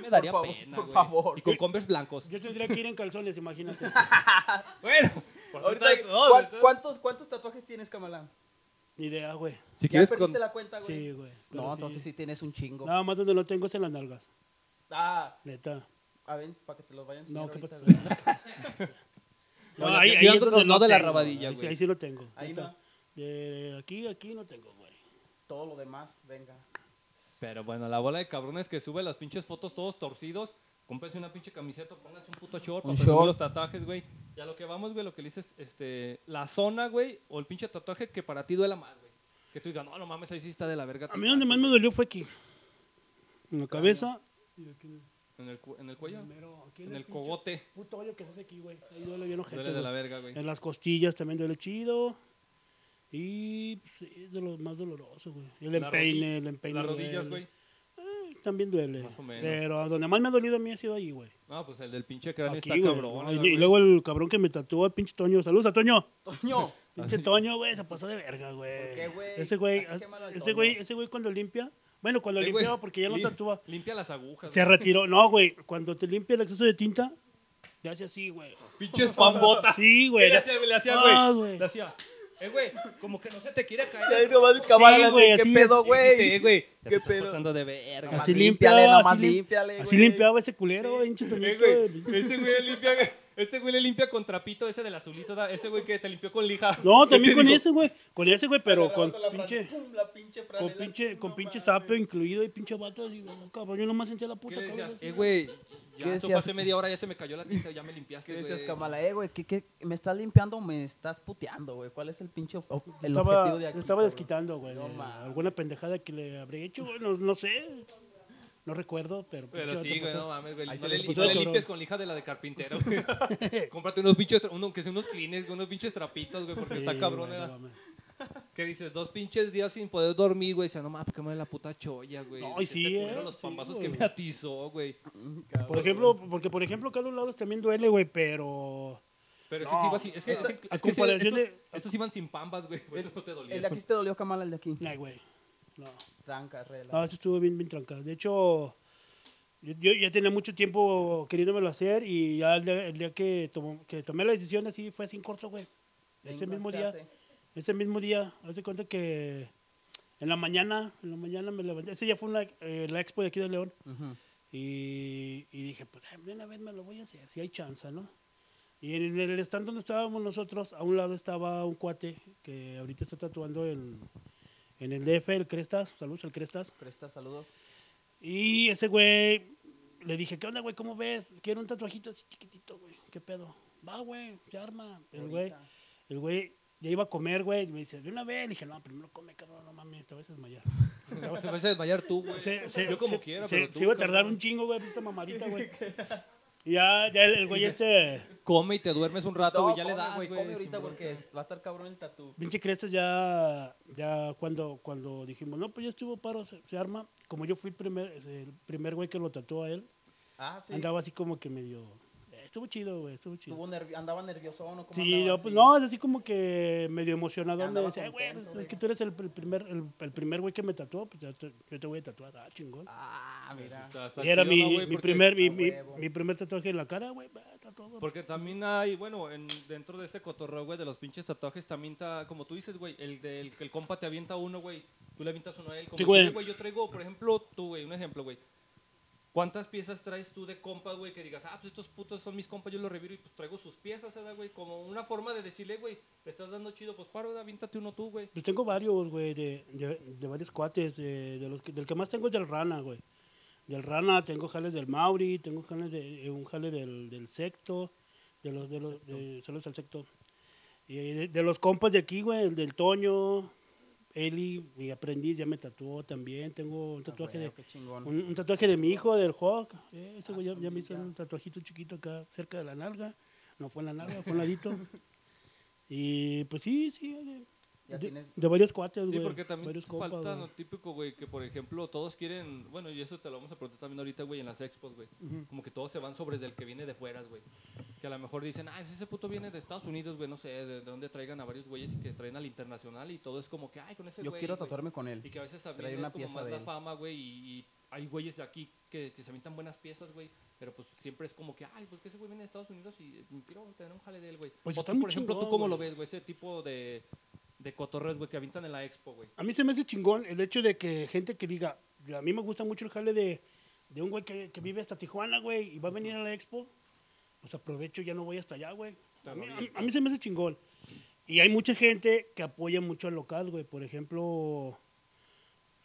Me daría
favor,
pena,
por
güey.
favor.
Y con converse blancos.
Yo tendría que ir en calzones, imagínate.
Ah,
Bueno.
Ahorita,
ahorita-
¿cuá- ¿cuántos, ¿Cuántos tatuajes tienes, Kamala?
Ni idea, güey.
Si
¿Ya
quieres
perdiste
con...
la cuenta, güey?
Sí, güey. pero
No,
sí.
entonces sí tienes un chingo.
Nada más donde lo tengo es en las nalgas.
Ah,
Neta.
a ver, para que te los vayan
No, ¿qué
ahorita,
pasa?
güey.
No,
Bueno,
ahí,
yo-
ahí
yo
es
ando
donde
tratando
no
de la
tengo,
rabadilla,
ahí sí-
güey.
Ahí sí lo tengo.
Ahí
neta.
no.
De aquí, aquí no tengo, güey.
Todo lo demás, venga.
Pero bueno, la bola de cabrones que sube las pinches fotos todos torcidos. Cómprense una pinche camiseta, pónganse un puto short para
Un
presumir
short.
los tatuajes, güey. Ya lo que vamos, güey, lo que le dices, este, la zona, güey, o el pinche tatuaje que para ti duela más, güey. Que tú digas, no, no mames, ahí sí está de la verga.
A mí donde más me dolió fue aquí. En la cabeza. Y aquí en el-
En el, cu- en el cuello,
mero, aquí
en el
pinche
cogote.
Puto hoyo que se hace aquí, güey. Ahí duele bien ojete,
Duele de
güey.
la verga, güey.
En las costillas también duele chido. Y pues, es de los más dolorosos, güey. El
La
empeine,
rodilla-
el empeine.
Las rodillas,
duele.
güey.
Ay, También duele.
Más o menos.
Pero donde más me ha dolido a mí ha sido ahí, güey.
No, pues el del pinche cráneo
Aquí,
está
güey.
cabrón.
Y-
güey.
y luego el cabrón que me tatúa, pinche Toño. Saludos a Toño.
Toño,
Pinche Toño, güey, se pasó de verga, güey.
¿Por qué, güey?
Ese güey,
Ay, qué malo el
ese
Toño.
güey, ese güey cuando limpia, bueno, cuando
Eh, güey,
limpiaba porque ya no
lim-
tatúa,
Limpia las agujas.
se retiró. No, güey, cuando te limpia el exceso de tinta, te hace así, güey.
Pinches pambotas.
Sí,
Sí,
güey.
le hacía, le hacía,
Ah,
güey.
güey.
Le hacía. Eh, güey, como que no se te quiere
ya
caer.
ahí nomás el cámara,
Sí,
la de,
güey,
¿qué
así
pedo,
es.
Sí,
güey?
"Eh, güey. Ya
¿Qué
te estás
pedo?
pasando de verga.
Nomás
Así límpiale,
límpiale, nomás
así lim-
límpiale,
Así
güey.
limpiaba ese culero, güey, pinche
Eh,
Toñito,
güey,
güey.
Este güey limpia, este güey le limpia con trapito ese del azulito, da- ese güey que te limpió con lija.
No, también
Te
con
digo,
ese, güey. Con ese, güey, pero
Le
con
levanta la
pinche,
fran- pum, la pinche
con
franela,
pinche, con
no
pinche
mames.
sape incluido y pinche vato. Así, güey, cabrón, yo nomás sentía la
¿Qué
puta
le decías?
cabeza.
Eh, güey,
¿Qué
ya eso
decías?
hace media hora ya se me cayó la tinta, ya me limpiaste,
¿Qué
güey.
decías, Kamala? Eh, güey, ¿qué, qué, me estás limpiando o me estás puteando, güey? ¿Cuál es el pinche ob- ob- el
estaba,
objetivo de aquí?
me estaba
cabrón?
desquitando, güey.
No
de
mames.
alguna pendejada que le habré hecho, güey. No, no sé. No recuerdo, pero. pinche
Pero
vato
sí, güey,
pasó.
no mames, güey.
Ahí
No
se
le,
les
no
quitó
le
el color.
limpies con lija de la de carpintero, güey. Cómprate unos pinches, tra- uno, que sea unos clines, unos pinches trapitos, güey, porque
Sí,
está cabrón,
güey,
¿eh?
no mames.
¿Qué dices? Dos pinches días sin poder dormir, güey. Dice, no mames, que me da la puta cholla, güey.
No, y
Este
sí,
culero,
eh,
los
sí,
pambazos que
güey.
me atizó, güey.
Por
Pues,
ejemplo,
eh.
porque por ejemplo, Carlos Lauros también duele, güey, pero.
Pero
No,
sí, sí, iba sin- es que,
esta-
es que-
a
es que sí,
comparación
estos,
de-
estos iban sin pambas, güey. Por eso no te dolía.
El de aquí sí te dolió, Kamala, el de aquí.
Ay, güey. No.
Tranca,
No,
rela.
eso estuvo bien, bien trancado. De hecho, yo, yo ya tenía mucho tiempo queriéndomelo hacer y ya el día, el día que, tomó- que tomé la decisión así fue así en corto, güey. Ese
Venga,
mismo
se
día.
hace.
Ese mismo día, hace cuenta que en la mañana, en la mañana me levanté. Ese ya fue una, eh, la expo de aquí de León.
Ujú.
Y, y dije, pues ay, de una vez me lo voy a hacer, si hay chance, ¿no? Y en el stand donde estábamos nosotros, a un lado estaba un cuate que ahorita está tatuando en, en el DF, el Crestas, saludos al Crestas.
Presta saludos.
Y ese güey, le dije, ¿qué onda, güey? ¿Cómo ves? Quiero un tatuajito así chiquitito, güey. ¿Qué pedo? Va, güey, se arma. El güey,
Ahorita.
el güey ya iba a comer, güey. y Me dice, de una vez. Le dije, no, primero come, cabrón, no mames, te vas a desmayar.
Se vas a desmayar tú, güey.
Se, se-
Yo como
se-
quiera,
se-
pero tú,
se iba a tardar
cabrón.
un chingo, güey, esta mamadita, güey. Y ya, ya el, el güey este,
Come y te duermes un rato,
No,
güey. Ah, ya le
come,
das, güey.
Come
sin
ahorita
bronca.
porque es- va a estar cabrón el tatu.
pinche Crestas ya, ya cuando, cuando dijimos, no, pues ya estuvo paro, se, se arma. Como yo fui el primer, el primer güey que lo tatuó a él,
Ah, sí.
andaba así como que medio, eh, estuvo chido, güey, estuvo chido.
Estuvo nervi- andaba nervioso o no. ¿Cómo
Sí,
andaba?
no, pues no, es así como que medio emocionado. Me
Andaba
decía, "Ay, güey, pues,
contento,
es que
güey".
tú eres el, el primer el, el primer güey que me tatuó, pues ya te- yo te voy a tatuar, ah, chingón.
Ah, mira.
Está- está
y era
chido,
mi,
¿no, güey?
mi
Porque-
primer mi,
Ah,
mi-
huevo.
mi primer tatuaje en la cara, güey, va, está todo.
Porque también hay, bueno, en, dentro de este cotorreo, güey, de los pinches tatuajes, también está, como tú dices, güey, el del que el compa te avienta uno, güey, tú le avientas uno a él. Como
Sí,
si,
güey.
"Oye, güey, yo traigo, por ejemplo, tú, güey, un ejemplo, güey. ¿Cuántas piezas traes tú de compas, güey, que digas, ah, pues estos putos son mis compas, yo los reviro y pues traigo sus piezas, ¿verdad, güey? Como una forma de decirle, güey, le estás dando chido, pues paro, aviéntate uno tú, güey.
Pues tengo varios, güey, de, de, de varios cuates. eh, de los que- del que más tengo es del Rana, güey. Del Rana tengo jales del Mauri, tengo jales de, eh, un jale del, del Secto. De los, de los, de- saludos al Secto. Y eh, de, de los compas de aquí, güey, el del Toño, Eli, mi aprendiz, ya me tatuó también. Tengo un tatuaje
Ah,
de...
güey, Qué chingón.
Un, un tatuaje de mi hijo, del Hawk. Eh, ese
Ah,
güey ya, ya me
también
hizo
ya.
un tatuajito chiquito acá cerca de la nalga. No fue en la nalga, fue en ladito. y pues sí, sí. eh,
Ya
De,
tienes-
de varios cuates, güey.
Sí, porque también
varios compas,
falta
güey.
lo típico, güey, que por ejemplo todos quieren, bueno, y eso te lo vamos a preguntar también ahorita, güey, en las expos, güey. Como que todos se van sobre el que viene de fuera, güey. que a lo mejor dicen, ah, ese puto viene de Estados Unidos, güey, no sé, de, de dónde traigan a varios güeyes y que traen al internacional y todo es como que, ay, con ese
Yo
güey,
quiero
güey".
tatuarme con él.
Y que a veces también
Traer
es
una
como
pieza
más
de
la
él.
fama, güey, y, y hay güeyes de aquí que, que se avientan buenas piezas, güey, pero pues siempre es como que, ay, pues que ese güey viene de Estados Unidos y eh, quiero tener un jale de él, güey.
Pues
O
está
tú,
muy
por ejemplo, ¿tú
chingón,
cómo lo
güey.
ves, güey? Ese tipo de, de cotorreos, güey, que avientan en la expo, güey.
A mí se me hace chingón el hecho de que gente que diga, a mí me gusta mucho el jale de, de un güey que, que vive hasta Tijuana, güey, y va a venir a la expo, pues aprovecho, ya no voy hasta allá, güey. A mí, a mí- a mí se me hace chingón. Y hay mucha gente que apoya mucho al local, güey. Por ejemplo,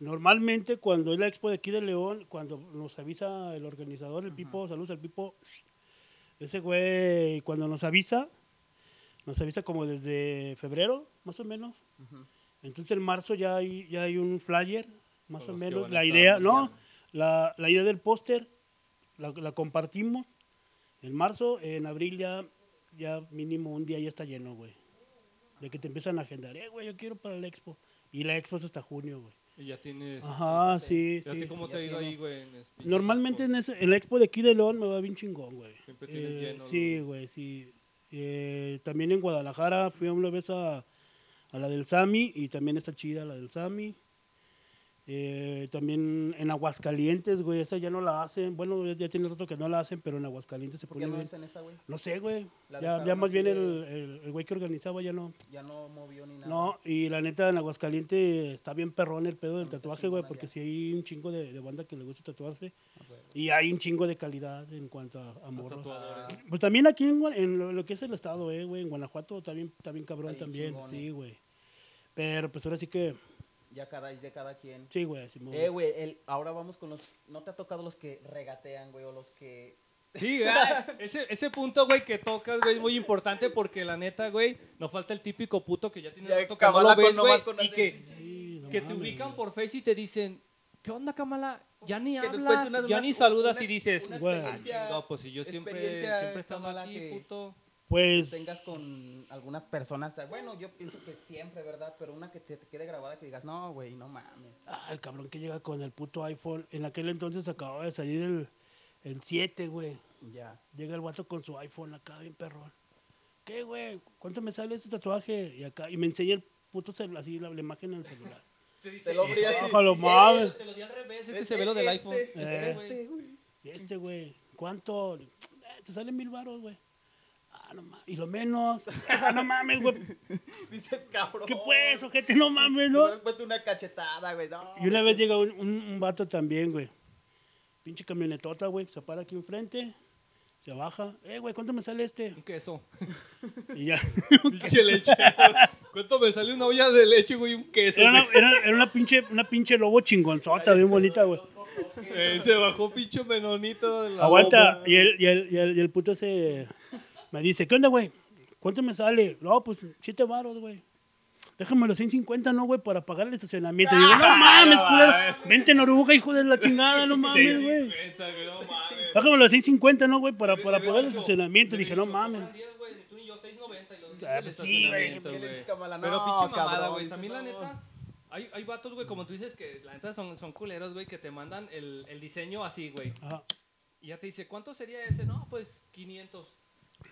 normalmente cuando es la expo de aquí de León, cuando nos avisa el organizador, el Pipo, saludos al Pipo, ese güey, cuando nos avisa, nos avisa como desde febrero, más o menos. Entonces en marzo ya hay, ya hay un flyer, más
Con
o
los que
menos.
van a
La
estar
idea, no,
anunciando.
la, la idea del póster la, la compartimos en marzo, en abril ya, ya mínimo un día ya está lleno, güey. De que te empiezan a agendar, eh, güey, yo quiero para la expo. Y la expo es hasta junio, güey.
Y ya tienes...
Ajá, sí,
ya te-
sí.
¿Cómo
Ya
te ha ido
tiene.
ahí, güey? en las pinches
Normalmente
expos?
en, ese- en la expo de aquí de León me va bien chingón, güey.
Siempre tienes
Eh,
lleno,
Sí, güey, sí. Eh, también en Guadalajara fui una vez a, a la del Sami y también está chida la del Sami. Eh, también en Aguascalientes, güey, esa ya no la hacen. Bueno, ya- ya tiene rato que no la hacen, pero en Aguascalientes se
¿Por qué
pone
no
bien.
es en esa, güey?
No sé, güey.
La
Ya, ya
dejaron
más
así
bien
de-
el, el- el güey que organizaba ya no.
Ya no movió ni nada.
No, y la neta en Aguascalientes está bien perrón el pedo del
Ahorita
tatuaje, güey,
chingona
porque
ya.
sí hay un chingo de, de banda que le gusta tatuarse.
Ah, huevo.
Y hay un chingo de calidad en cuanto a, a morros.
tatuadores.
Pues también aquí en, Gua- en lo, lo que es el estado, eh, güey, en Guanajuato está bien, está bien cabrón
Está bien
también,
chingón, eh.
sí, güey. Pero pues ahora sí que,
Ya cada, de cada quien.
sí, güey, Simón.
Eh, güey, el- ahora vamos con los... ¿No te ha tocado los que regatean, güey? O los que...
Sí, ah, ese, ese punto, güey, que tocas, güey, es muy importante porque la neta, güey, nos falta el típico puto que ya tiene
Ya
rato que no
Kamala
lo
con-
ves, güey,
nomás con
y
hacer-
que,
Sí, no
que te
mames,
ubican
güey.
por Face y te dicen, ¿qué onda, Kamala? Ya ni
Que nos cuente
hablas,
unas-
ya
unas-
ni saludas
una-
y dices,
una
Güey.
ah,
experiencia-
chingado, pues si yo siempre,
experiencia,
siempre he estado
Kamala,
aquí,
que-
puto.
Pues,
tengas con algunas personas. ta- Bueno, yo pienso que siempre, ¿verdad? Pero una que te, te quede grabada que digas, no, güey, no mames.
ah, el cabrón que llega con el puto iPhone, en aquel entonces acababa de salir el, el 7, güey.
Ya.
Llega el guato con su iPhone acá, bien perrón. ¿Qué, güey? ¿Cuánto me sale ese tatuaje? Y acá, y me enseña el puto celular, así la, la imágen en el celular.
Te dice,
Te lo abrí así.
¡Ojalá,
Dice,
madre!
te lo di al revés, este
"Es-
se ve lo del
este,
iPhone.
es
Este,
Este,
güey.
güey.
Y este, güey, ¿cuánto? Eh, te sale mil baros, güey. Ah, no mames. Y lo menos. Ah, no mames, güey.
Dices, cabrón.
¿Qué pues, ojete? No mames,
No
¿no?
les cuento una cachetada, güey. No.
Y una vez llega un, un- un vato también, güey. Pinche camionetota, güey. Se para aquí enfrente. Se baja. Eh, güey, ¿cuánto me sale este?
Un queso.
Y ya.
Pinche leche. ¿Cuánto me sale una olla de leche, güey, un queso?
Era una, era- era una pinche, una pinche lobo chingonzota, bien bonita, güey.
Eh, se bajó pinche menonito de la
Aguanta.
bomba.
Y el, y, el, y, el, y el puto se me dice, ¿qué onda, güey? ¿Cuánto me sale? No, pues siete varos, güey. Déjame los 150, ¿no, güey? Para pagar el estacionamiento. Y digo, no mames, culero. Vente en oruga, hijo de la chingada, no mames, güey.
no mames.
Déjame los 650, ¿no, güey? Para, para
Hubiera
pagar el
dicho,
estacionamiento. Y dije,
hubiera
no
dicho,
mames.
cobran 10, güey, tú y yo, 6.90 y los
Ah, pues sí, güey,
estacionamiento,
¿qué le
güey.
dices, Kamala?
Pero
No,
pinche mamada,
cabrón,
güey.
dices,
También la
no.
neta, hay, hay vatos, güey, como tú dices, que la neta son, son culeros, güey, que te mandan el, el diseño así, güey.
Ajá.
Y ya te dice, ¿cuánto sería ese? No, pues 500.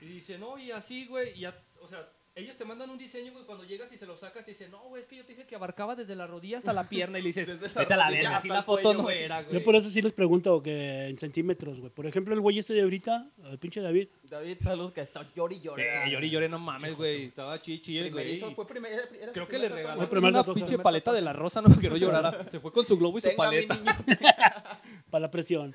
Y dice, no, y así, güey. Y ya, o sea, ellos te mandan un diseño, güey. Cuando llegas y se lo sacas, te dicen, no, güey, es que yo te dije que abarcaba desde la rodilla hasta la pierna. Y le dices,
Desde la
vete a la
rodilla
verga,
hasta
así
el
la
cuello,
foto no
güey.
era, güey.
Yo por eso sí les pregunto que en centímetros, güey. Por ejemplo, el güey este de ahorita, el pinche David.
David, salud, que está llori, llori.
Eh, lloré, lloré, no mames, güey. Estaba chichi, el güey.
Primerizo, fue primer- era- era su
Creo que le
primer
regaló
Fue primer
una
tatuaje.
pinche paleta de la rosa, no que no llorara. Se fue con su globo y su
Tenga, mi
paleta.
niño.
Para la presión.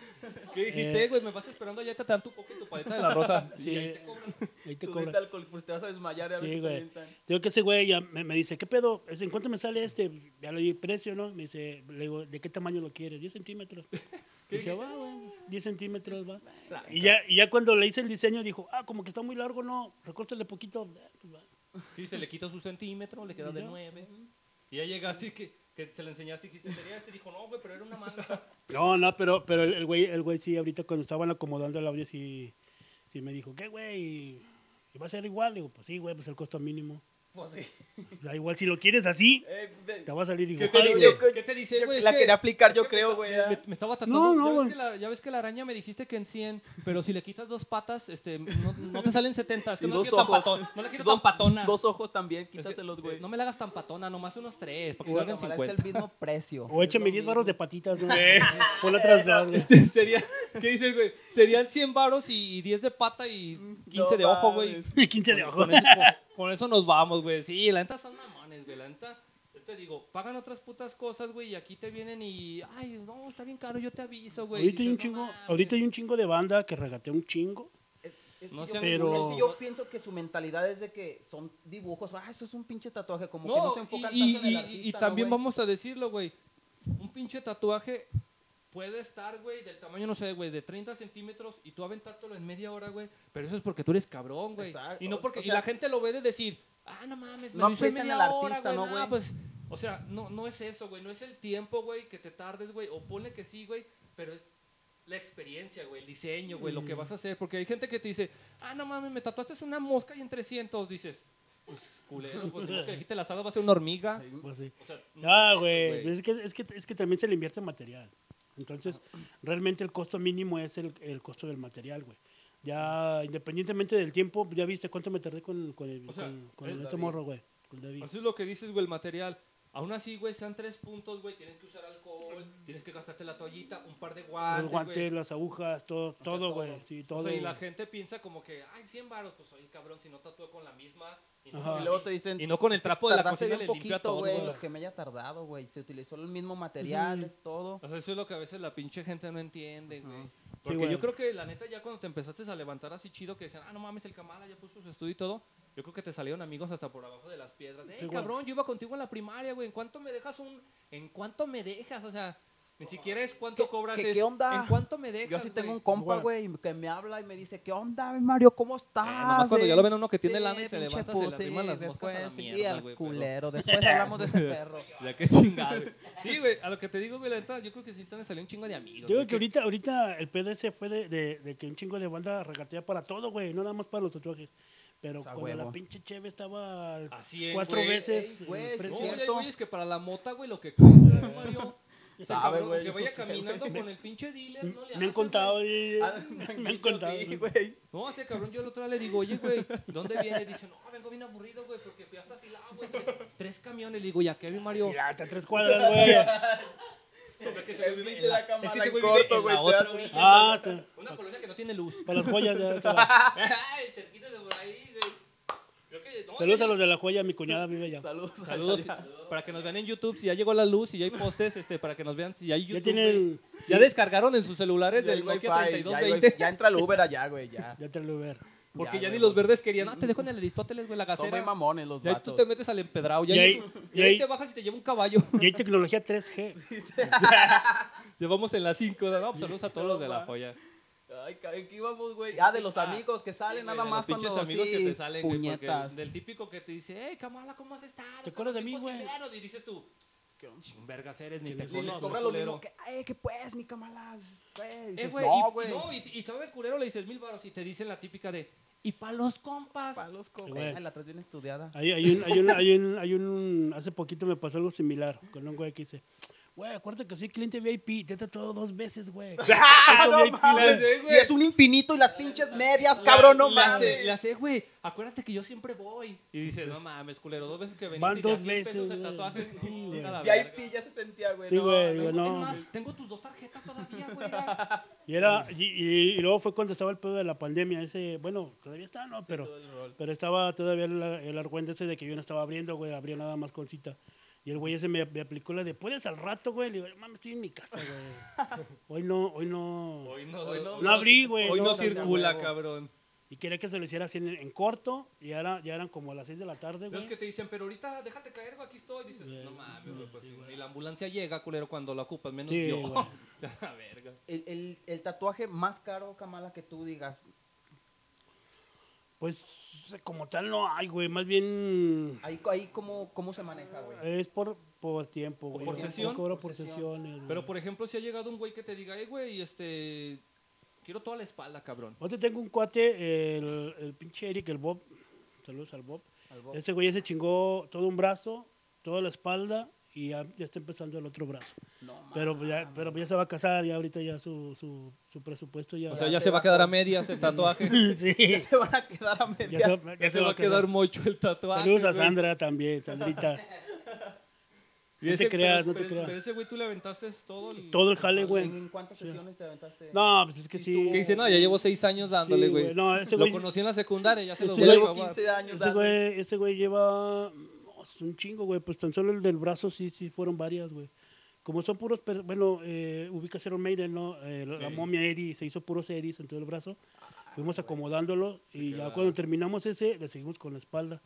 ¿Qué dijiste, güey? Me vas esperando allá, te dan tu coca y tu paleta de la rosa.
Sí.
Y ahí te cobran.
Ahí te
Tu
cobra.
dieta alcohol, pues te vas a desmayar. a ver
Sí,
si te
güey.
avientan.
Digo que ese güey ya me, me dice, ¿qué pedo? Este, ¿En cuánto me sale este? Ya le di el precio, ¿no? Me dice, le digo, ¿de qué tamaño lo quieres? 10 centímetros. Dije, va, güey. 10 centímetros, va. Y ya, y ya cuando le hice el diseño, dijo, ah, como que está muy largo, no, recórtale poquito. Eh, pues va.
Dijiste, le quitas un centímetro, le quedas de nueve. Y ya llegaste y que, que te lo enseñaste y dijiste, sería este. Dijo, no, güey, pero era una manga.
No, no, pero, pero el, el güey, el güey sí, ahorita cuando estaban acomodando el audio, sí, sí me dijo, ¿qué, güey? ¿Y va a ser igual? Digo, pues sí, güey, pues el costo mínimo.
Pues sí.
Ya igual si lo quieres así,
Eh, ve-
te va a salir igual.
te dice?
güey.
güey.
¿Qué te dice,
yo
güey? Es
la
que-
quería aplicar, yo
es que me
creo,
ta-
güey.
Me,
ah.
me estaba tratando.
No, no,
ya,
güey.
ves que la, ya ves que la araña me dijiste que en 100, pero si le quitas dos patas, este, no, no te salen 70. Es que
Y
no la
dos
quiero tan
ojos.
patona. No la quiero tan
Dos,
patona.
dos ojos también,
Es que,
quítaselos,
eh,
güey.
No me la hagas tan patona, nomás unos tres, para que
Bueno,
salgan
ojalá
50.
Es el mismo precio.
O
Es
échame
lo
10 varos de
mismo.
patitas, ¿no? Ponle atrás dos, güey.
Este, sería, ¿Qué dices, güey? Serían 100 varos y, y 10 de pata y 15 de
No
ojo, güey.
mames.
15 de ojo.
Mm, Con este eso, con- con eso nos vamos, güey. Sí, la neta son mamones, güey. La neta, yo te digo, pagan otras putas cosas, güey, y aquí te vienen y, ay, no, está bien caro, yo te aviso, güey.
Ahorita hay
Dices,
un
"No
chingo,
mames".
ahorita hay un chingo de banda que regatea un chingo.
Es, es que
No
yo-
sean
es
Pero-
que yo pienso que su mentalidad es de que son dibujos. Ah, eso es un pinche tatuaje. Como
No,
que no se enfocan
y,
tanto en
y-
el
y-
artista.
y
¿no,
también
güey?
vamos a decirlo, güey. Un pinche tatuaje puede estar, güey, del tamaño, no sé, güey, de 30 centímetros y tú aventártelo en media hora, güey. Pero eso es porque tú eres cabrón, güey.
Exacto.
Y no porque
O
y
sea-
la gente lo ve de decir, ah, no mames, me
No
lo hice en
aprecian
media
al
hora,
artista, ¿no,
nah,
güey?
pues, o sea, no, no es eso, güey. No es el tiempo, güey, que te tardes, güey. O pone que sí, güey, pero es la experiencia, güey, el diseño, güey, lo que vas a hacer. Porque hay gente que te dice, ah, no mames, me tatuaste una mosca y en 300 dices, pues, culero, pues, ni modo que le quite las alas, va a ser una hormiga.
Pues sí.
O sea, no
Ah,
es eso,
güey. Es que, es, que, es que también se le invierte en material. Entonces,
Ah,
realmente el costo mínimo es el, el costo del material, güey. Ya, independientemente del tiempo, ya viste cuánto me tardé con, con, el-
O sea,
con- con
el
este
David.
morro, güey. Con David.
Eso es lo que dices, güey, el material. Aún así, güey, sean tres puntos, güey, tienes que usar alcohol, tienes que gastarte la toallita, un par de guantes,
Los
güey.
guantes, las agujas, todo, todo,
todo.
güey. Sí, todo.
O sea, y la
güey.
gente piensa como que, ay, 100 baros, pues soy cabrón, si no tatúo con la misma. Y no,
Ajá.
con
Y
la
luego te
misma.
dicen.
Y no con el trapo de la
tardaste
cocina
bien
le limpia
poquito,
todo.
güey.
güey.
Los que me haya tardado, güey. Se utilizó el mismo material, es todo.
O sea, eso es lo que a veces la pinche gente no entiende, güey. Porque
güey.
yo creo que la neta ya cuando te empezaste a levantar así chido que decían, ah, no mames, el Kamala ya puso su estudio y todo. Yo creo que te salieron amigos hasta por abajo de las piedras. Eh,
Sí, güey.
cabrón, yo iba contigo en la primaria, güey. ¿En cuánto me dejas un...? ¿En cuánto me dejas? O sea, ni siquiera es cuánto
¿Qué-
cobras.
qué-
es,
qué onda?
¿En cuánto me dejas,
Yo sí tengo
güey?
un compa, güey, que me habla y me dice, ¿qué onda, Mario? ¿Cómo estás?
Eh, nomás cuando ya lo ven a uno que tiene
Sí,
lana y se
pinche
levanta, se le
puto, sí,
arriman las moscas a la
después, sí,
mierda,
al
güey, pero-
culero. Después hablamos de ese perro.
Ya qué chingada, güey. Sí, güey, a lo que te digo, güey, la neta, yo creo que sí te salió un chingo de amigos.
Yo
güey,
creo que ahorita, ahorita el PDS fue de, de- de que un chingo de banda regatea para todo, güey, no nada más para los tatuajes. Pero
O sea,
cuando la
huevo.
pinche cheve estaba al
Así es,
cuatro
güey.
veces.
Ey,
el
güey, sí,
No,
precio.
güey, hay
cierto.
güeyes que para la mota, güey, lo que cuesta, ¿no, Mario. O sea,
Sabe,
cabrón,
güey,
que
yo
vaya
sé,
caminando con el pinche dealer, no le
me han
hace,
contado,
güey.
y-
Ah,
me han contado.
sí,
güey.
güey.
No, este cabrón, yo el otro día le digo, oye, güey, ¿dónde vienes? Dice, no, vengo bien aburrido, güey, porque fui hasta Silao, güey. Tres, tres camiones. Le digo, ¿ya qué, mi Mario?
Sí, ah, está a tres cuadras, güey.
Es que
El
ese güey vive
pinche
en la-
la cámara
es que ese
en
güey vive
corto,
en la
güey, se
otra
hace.
orilla,
Ah, sí,
Una colonia que no tiene luz.
para las joyas. ya, claro.
Ay, cerquita de por ahí, güey. Creo que- no,
Saludos
tiene-
a los de la joya, mi cuñada vive allá.
Saludos.
Saludos para que nos vean en YouTube si ya llegó la luz, si ya hay postes, este, para que nos vean si ya hay YouTube.
Ya tienen,
güey. Ya descargaron en sus celulares
Ya hay
del Nokia
wifi, ya, hay
3220.
wifi, ya entra el Uber allá, güey, ya.
ya te lo ver.
Porque ya,
Ya,
ni
güey.
los verdes querían. Ah, te dejo en el Aristóteles, güey, la
Son muy
gasera.
mamones los
Ya tú
vatos.
te metes al empedrado. Ya
Y
hay-
ahí-
y
y
ahí
ahí-
te bajas y te lleva un caballo.
Y hay tecnología 3G.
Llevamos en las 5. No, Pues, saludos a todos
No,
los de la
va.
joya.
Ay, ca- ¿en qué íbamos, güey? Ah, de los
Ah,
amigos que salen nada
Güey, de
más
los pinches
cuando
amigos
sí,
que te salen, güey, porque
puñetas.
Del típico que te dice, hey, Kamala, ¿cómo has estado?
¿Te acuerdas de mí,
Tipo
güey?
severo", Y dices tú, "Chin, vergas eres, ni
Que
te
les
Y les
conozco,
cobra lo
culero".
mismo que, ay, que pues, mi camalas, güey.
Eh,
Dices,
güey,
no,
y-
güey.
Y, no, y, y todavía el culero le dices mil baros y te dicen la típica de, y pa' los compas.
Palos con...
Güey.
Ay, la traes bien estudiada.
Hay, hay un, hay, un, hay, un, hay un- Hace poquito me pasó algo similar con un güey que dice: Güey, acuérdate que soy cliente VIP, te he tatuado dos veces, güey.
¡Ah,
Yo vi
no mames!
pilas, güey.
Y es un infinito y las pinches medias, cabrón, no
Le hace- Le
mames.
hace, güey, acuérdate que yo siempre voy. Y dices, no mames, culero, dos veces que veniste.
Van
y ya
dos
cien pesos
veces,
de
güey.
tatuaje.
Sí,
no,
güey.
a la
Y ahí
verga.
pilla se sentía, güey.
Sí,
no,
güey,
no,
Tengo-
no,
es más,
güey.
tengo tus dos tarjetas todavía, güey. era.
Y, era, y, y- y luego fue cuando estaba el pedo de la pandemia. Ese, bueno, todavía está, ¿no? Pero,
todo el rol.
pero estaba todavía el, el argüende ese de que yo no estaba abriendo, güey. Abría nada más con cita. Y el güey ese me, me aplicó la de: ¿Puedes al rato, güey? Le digo: Mami, estoy en mi casa, güey. Hoy no, hoy no.
Hoy no,
Hoy no-
No abrí, güey.
Hoy no
o sea,
circula,
huevo.
cabrón.
Y quería que se lo hiciera así en, en corto. Y ahora ya eran como las 6 de la tarde,
No es
güey.
que te dicen, pero ahorita déjate caer, güey, aquí estoy. Dices, no mames, güey, pues ni la ambulancia llega, culero, cuando la ocupas, menos
Sí,
yo.
güey.
A la verga.
El, el, el tatuaje más caro, Kamala, que tú digas.
Pues como tal no hay, güey. Más bien
Ahí, ahí cómo, cómo se maneja, güey.
es por, por tiempo, güey.
por
Yo
sesión?
cobro
Por
por
sesión.
sesiones, güey.
Pero, por ejemplo, si ha llegado un güey que te diga, eh, güey, este. Quiero toda la espalda, cabrón.
Ahorita tengo un cuate, el, el pinche Eric, el Bob. Saludos al Bob.
Al Bob.
Ese güey ya se chingó todo un brazo, toda la espalda y ya, ya está empezando el otro brazo.
No,
Pero pues, ya, pero pues, ya se va a casar, ya ahorita ya su, su, su presupuesto ya.
O sea, ya se va a quedar a medias el tatuaje.
Sí.
ya se van a quedar a
Ya
medias.
se, ya
Ya
se
se va a
casar.
quedar mocho el tatuaje.
Saludos a
güey.
Sandra también, Sandrita.
Y
No te
ese-
creas,
pero-
no te
pero-
creas.
Pero ese güey tú le aventaste todo el...
Todo el jale, güey.
¿En, en cuántas sesiones te aventaste?
No, pues es que sí.
Que dice, no, ya llevo seis años
Sí,
dándole,
güey.
güey.
No, ese
Lo
güey-
conocí en la secundaria, ya se lo
Ese
Yo
voy a
güey-
llevo
acabar.
15 años.
Ese
dando.
güey, ese güey lleva no, es un chingo, güey. Pues tan solo el del brazo sí, sí fueron varias, güey. Como son puros, per- bueno, eh, ubicas Iron Maiden, ¿no? Eh, la
Sí.
la
Ah,
momia Eddie, se hizo puros Eddies en todo el brazo. Fuimos acomodándolo y ya cuando terminamos ese, le seguimos con la espalda.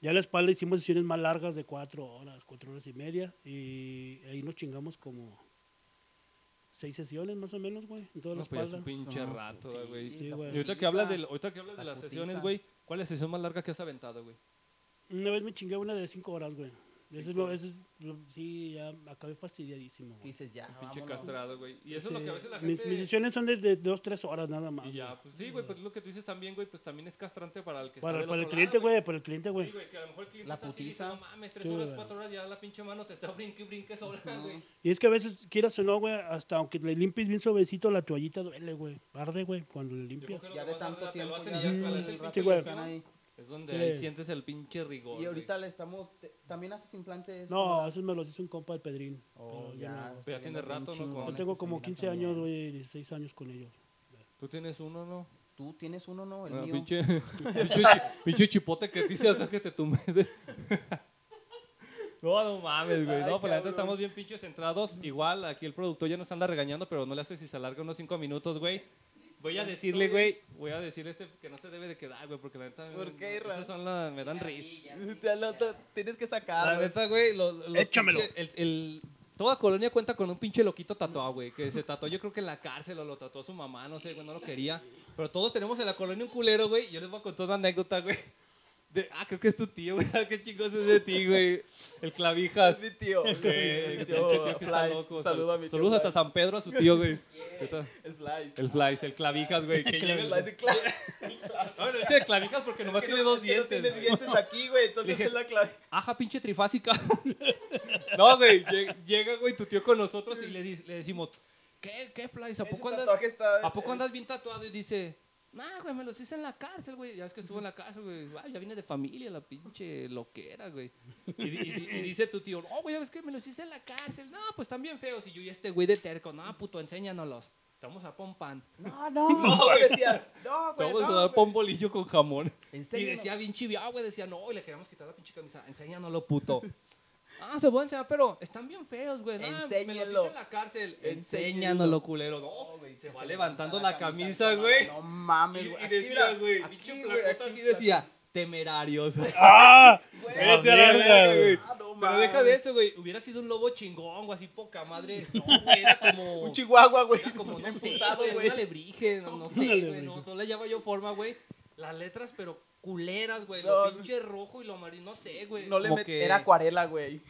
Ya la espalda hicimos sesiones más largas de cuatro horas, cuatro horas y media. Y ahí nos chingamos como seis sesiones más o menos, güey, en toda la
No, pues ya es
espalda.
un pinche
No,
rato,
sí,
güey.
Sí,
la
güey.
Y ahorita que
putiza.
hablas de, ahorita que hablas de
La
las
putiza.
sesiones, güey, ¿cuál es la sesión más larga que has aventado, güey?
Una vez me chingué una de cinco horas, güey. Eso es lo, eso es lo- sí, ya acabé fastidiadísimo,
Que
güey.
dices ya.
Pinche
vámonos.
castrado, güey. Y eso es lo que a veces la
Sí, Ah, mis,
gente...
mis sesiones son de, de dos, tres horas nada más.
Y ya, pues sí, güey, pues lo que tú dices también, güey, pues también es castrante para el que
güey. Para,
está del
para el
otro
cliente,
lado,
güey, para el cliente, güey.
Sí, güey, que a lo mejor el cliente
La
está así, dice,
putiza.
no mames, tres
Sí,
horas,
güey.
cuatro horas, ya la pinche mano te está brinque, y brinque sola, güey.
Y es que a veces, quieras o no, güey, hasta aunque le limpies bien suavecito la toallita, duele, güey. Arde, güey, cuando le
Yo creo
limpias.
que lo
Ya
que
de
pasa es
tanto
que te lo
tiempo.
hacen
ya
y ya
el
cuando es
rato
el
que
pinche
Sí, güey.
están
lesionado,
ahí.
Es donde
Sí.
ahí sientes el pinche rigor.
Y
güey.
ahorita le estamos. te- ¿También haces implantes?
No, esos me los hizo un compa de Pedrín.
Oh,
pero yo
ya.
no.
Pero ya tiene rato, ¿no?
Yo
Con-
Yo tengo como 15 años, güey, 16 años con ellos.
Tú tienes uno, ¿no?
Tú tienes uno, ¿no? El
Ah,
mío.
pinche, pinche chi- pinche chipote que dice atrás que te tumbe. de- No, no mames, güey. No,
Ay,
pero la neta
cabrón.
estamos bien pinches centrados. Igual, aquí el productor ya nos anda regañando, pero no le hace si se alarga unos cinco minutos, güey. Voy a decirle, güey, voy a decirle este que no se debe de quedar, güey, porque la neta...
¿Por qué, Ra?
esas son las... me dan risa.
Te lo- te- Tienes que
La
sacarlo.
neta, güey, los, los
Échamelo.
pinche- el, el- toda colonia cuenta con un pinche loquito tatuado, güey, que se tatuó yo creo que en la cárcel o lo tatuó su mamá, no sé, güey, no lo quería. Pero todos tenemos en la colonia un culero, güey. y Yo les voy a contar una anécdota, güey. De, ah, creo que es tu tío, güey. ah, Qué chingos es de ti, güey. El clavijas.
Sí, tío.
Güey, el
Tío,
pinche tío que está
Flies,
loco.
Saludo a mi tío.
Saludos hasta
Flies.
San Pedro a su tío, güey. ¿Qué tal?
El Flies.
El Flies, el clavijas, güey. que llega el-
Flies, el Flies.
Ah, bueno, este de clavijas porque nomás
Que
tiene
no-
dos
que no
dientes.
Tienes
güey.
dientes aquí, güey. Entonces
dije-
es la clave.
Ajá, pinche trifásica. no, güey. lle- Llega, güey, tu tío con nosotros y le, di- le decimos, ¿qué, qué, Flies? ¿A
Ese
poco, andas,
tatuaje está-
¿A poco andas bien tatuado? Y dice, nah, güey, me los hice en la cárcel, güey. Ya ves que estuvo en la cárcel, güey. Ah, ya viene de familia, la pinche loquera, güey. Y, di- y di- y dice tu tío, no, güey, ya ves que me los hice en la cárcel. No, pues están bien feos. Y yo y este güey de terco, no, puto, enséñanoslos. Te vamos a pompan.
No, no. No, decía. No,
Te
güey.
vamos
no,
a dar
güey.
pombolillo con jamón. Y
Enséñanos.
decía bien chiviado, güey. Decía, no, y le queríamos quitar la pinche camisa. Enséñanoslo, puto. ah, se pueden enseñar, pero están bien feos, güey. No, me los
Enséñenlo.
hice en la cárcel.
Enséñenlo.
Enséñanoslo, culero. No,
güey,
se,
que
va
se
levantando la
levanta
camisa, güey.
No
Y,
mames,
y
güey. Aquí,
decía,
mira,
güey,
aquí,
pinche
güey,
placota
aquí
así
está.
decía, temerarios.
¡Ah!
Güey,
Vete a la
verga,
verga, güey.
ah, no
Pero
mames.
deja de eso, güey. Hubiera sido un lobo chingón, o así poca madre. No, güey, era como.
Un chihuahua, güey.
Era como, no sé,
Emputado,
güey, un alebrije, no, no sé, güey,
alebrije.
no, no le lleva yo forma, güey. Las letras, pero culeras, güey,
No.
lo pinche rojo y lo amarillo, no sé, güey.
No le
Como
met-
que-
Era acuarela, güey.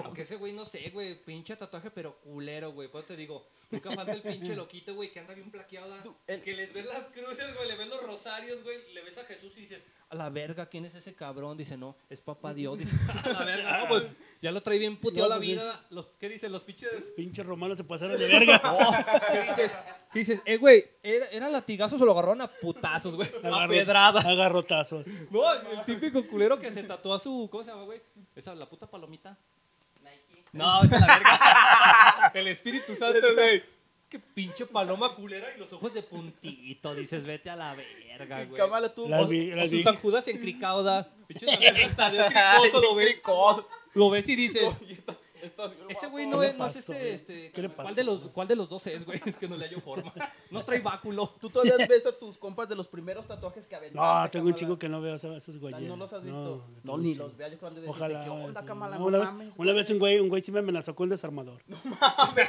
Como que ese güey, no sé, güey, pinche tatuaje, pero culero, güey, pues te digo, nunca falta el pinche loquito, güey, que anda bien plaqueado,
Tú, el-
que les ves las cruces, güey, le ves los rosarios, güey, le ves a Jesús y dices, a la verga, ¿quién es ese cabrón? Dice, no, es papá Dios, dice, a la verga, no, pues, ya lo trae bien puteado
No,
la
pues, es-
vida, los, ¿qué dicen? Los pinches
Pinches romanos se pasaron de verga.
No, ¿qué dices? ¿Qué dices? Eh, güey, ¿era, era latigazos o lo agarraron a putazos, güey? A
Agarro-
pedradas.
Agarrotazos.
No, el típico culero que se tatuó a su... ¿Cómo se llama, güey? Esa, la puta palomita. No, vete a la verga. El Espíritu Santo, güey. Qué pinche paloma culera y los ojos de puntito. Dices, vete a la verga, güey.
Cámara tú.
La
O-
vi- la
o su
vi.
San Judas en Cricauda. Pinche San Judas de cricoso, lo ves,
Cricos.
lo ves y dices,
Oye, esto- esto-
ese
guapo.
güey no
¿Qué
es,
le
no es este,
pasó, güey?
este
¿Qué le
¿cuál,
pasó,
de los,
güey?
¿Cuál de los dos es, güey? Es que no le hallo forma. No trae báculo.
Tú todavía ves a tus compas de los primeros tatuajes que aventaste.
No, tengo un
cámara.
chico que no veo a esos güeyes.
No los has visto.
No,
ni
no.
los veas, yo creo que han de decirte,
Ojalá.
¿qué onda,
sí.
cámara?
No,
No
una vez,
mames,
una
güey.
vez un güey, un güey sí me amenazó con un desarmador. No mames.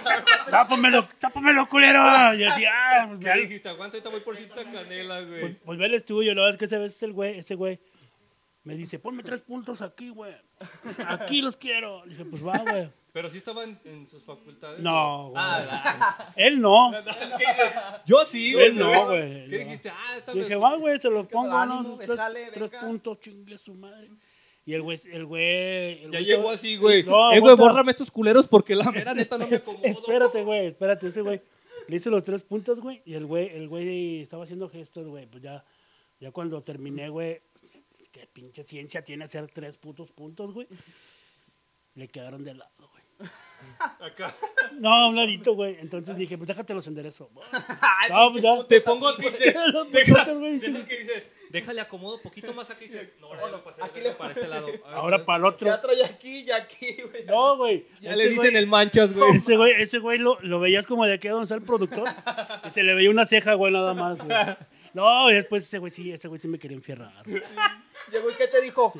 tápamelo, tápamelo, culero. Y así, ah, pues,
Ya
ya-
dijiste, aguanta, ahorita voy por cierta canela,
pues,
güey.
pues ve el estudio, la verdad es que esa vez el güey, ese güey Me dice, ponme tres puntos aquí, güey. Aquí los quiero. Le dije, pues va, güey.
Pero sí estaba en, en sus facultades.
No, güey.
Ah,
Él no.
¿qué dices? Yo sí,
Él
güey.
Pues no, güey.
¿Qué
no.
dijiste? Ah, esta
Le dije,
vez-
va, güey, se los
Qué mal
pongo, ¿no?
ánimo,
Sus
pues,
tres,
jale,
tres
venga.
puntos, chingue su madre. Y el güey, el güey. el
Ya
güey
llegó
estaba-
así, güey.
pues No,
eh, güey,
aguanta.
bórrame estos culeros porque la mera neta no me acomodo.
Espérate, güey, espérate, ese güey. Le hice los tres puntos, güey, y el güey, el güey estaba haciendo gestos, güey. Pues ya, ya cuando terminé, güey, qué pinche ciencia tiene hacer tres putos puntos, güey. Le quedaron de lado, güey.
Acá.
No, a un ladito, güey. Entonces dije, pues déjate los enderezo. No, pues ya.
Te pongo aquí.
Los
Deja,
putos, güey,
de esas que dices, déjale acomodo poquito más aquí. Dices, no, ahora ya me pasé de
Aquí
verga
le-
para este lado. A ver,
Ahora
pues,
para el otro.
Ya trae aquí y aquí, güey.
No, güey.
Ya
Ese
le
güey-
dicen el manchas, güey.
Ese güey, ese güey lo, lo veías como de aquí a donde está el productor. Y se le veía una ceja, güey, nada más, güey. No, y después ese güey sí, ese güey sí me quería enfierrar. güey.
Llegó y que te dijo,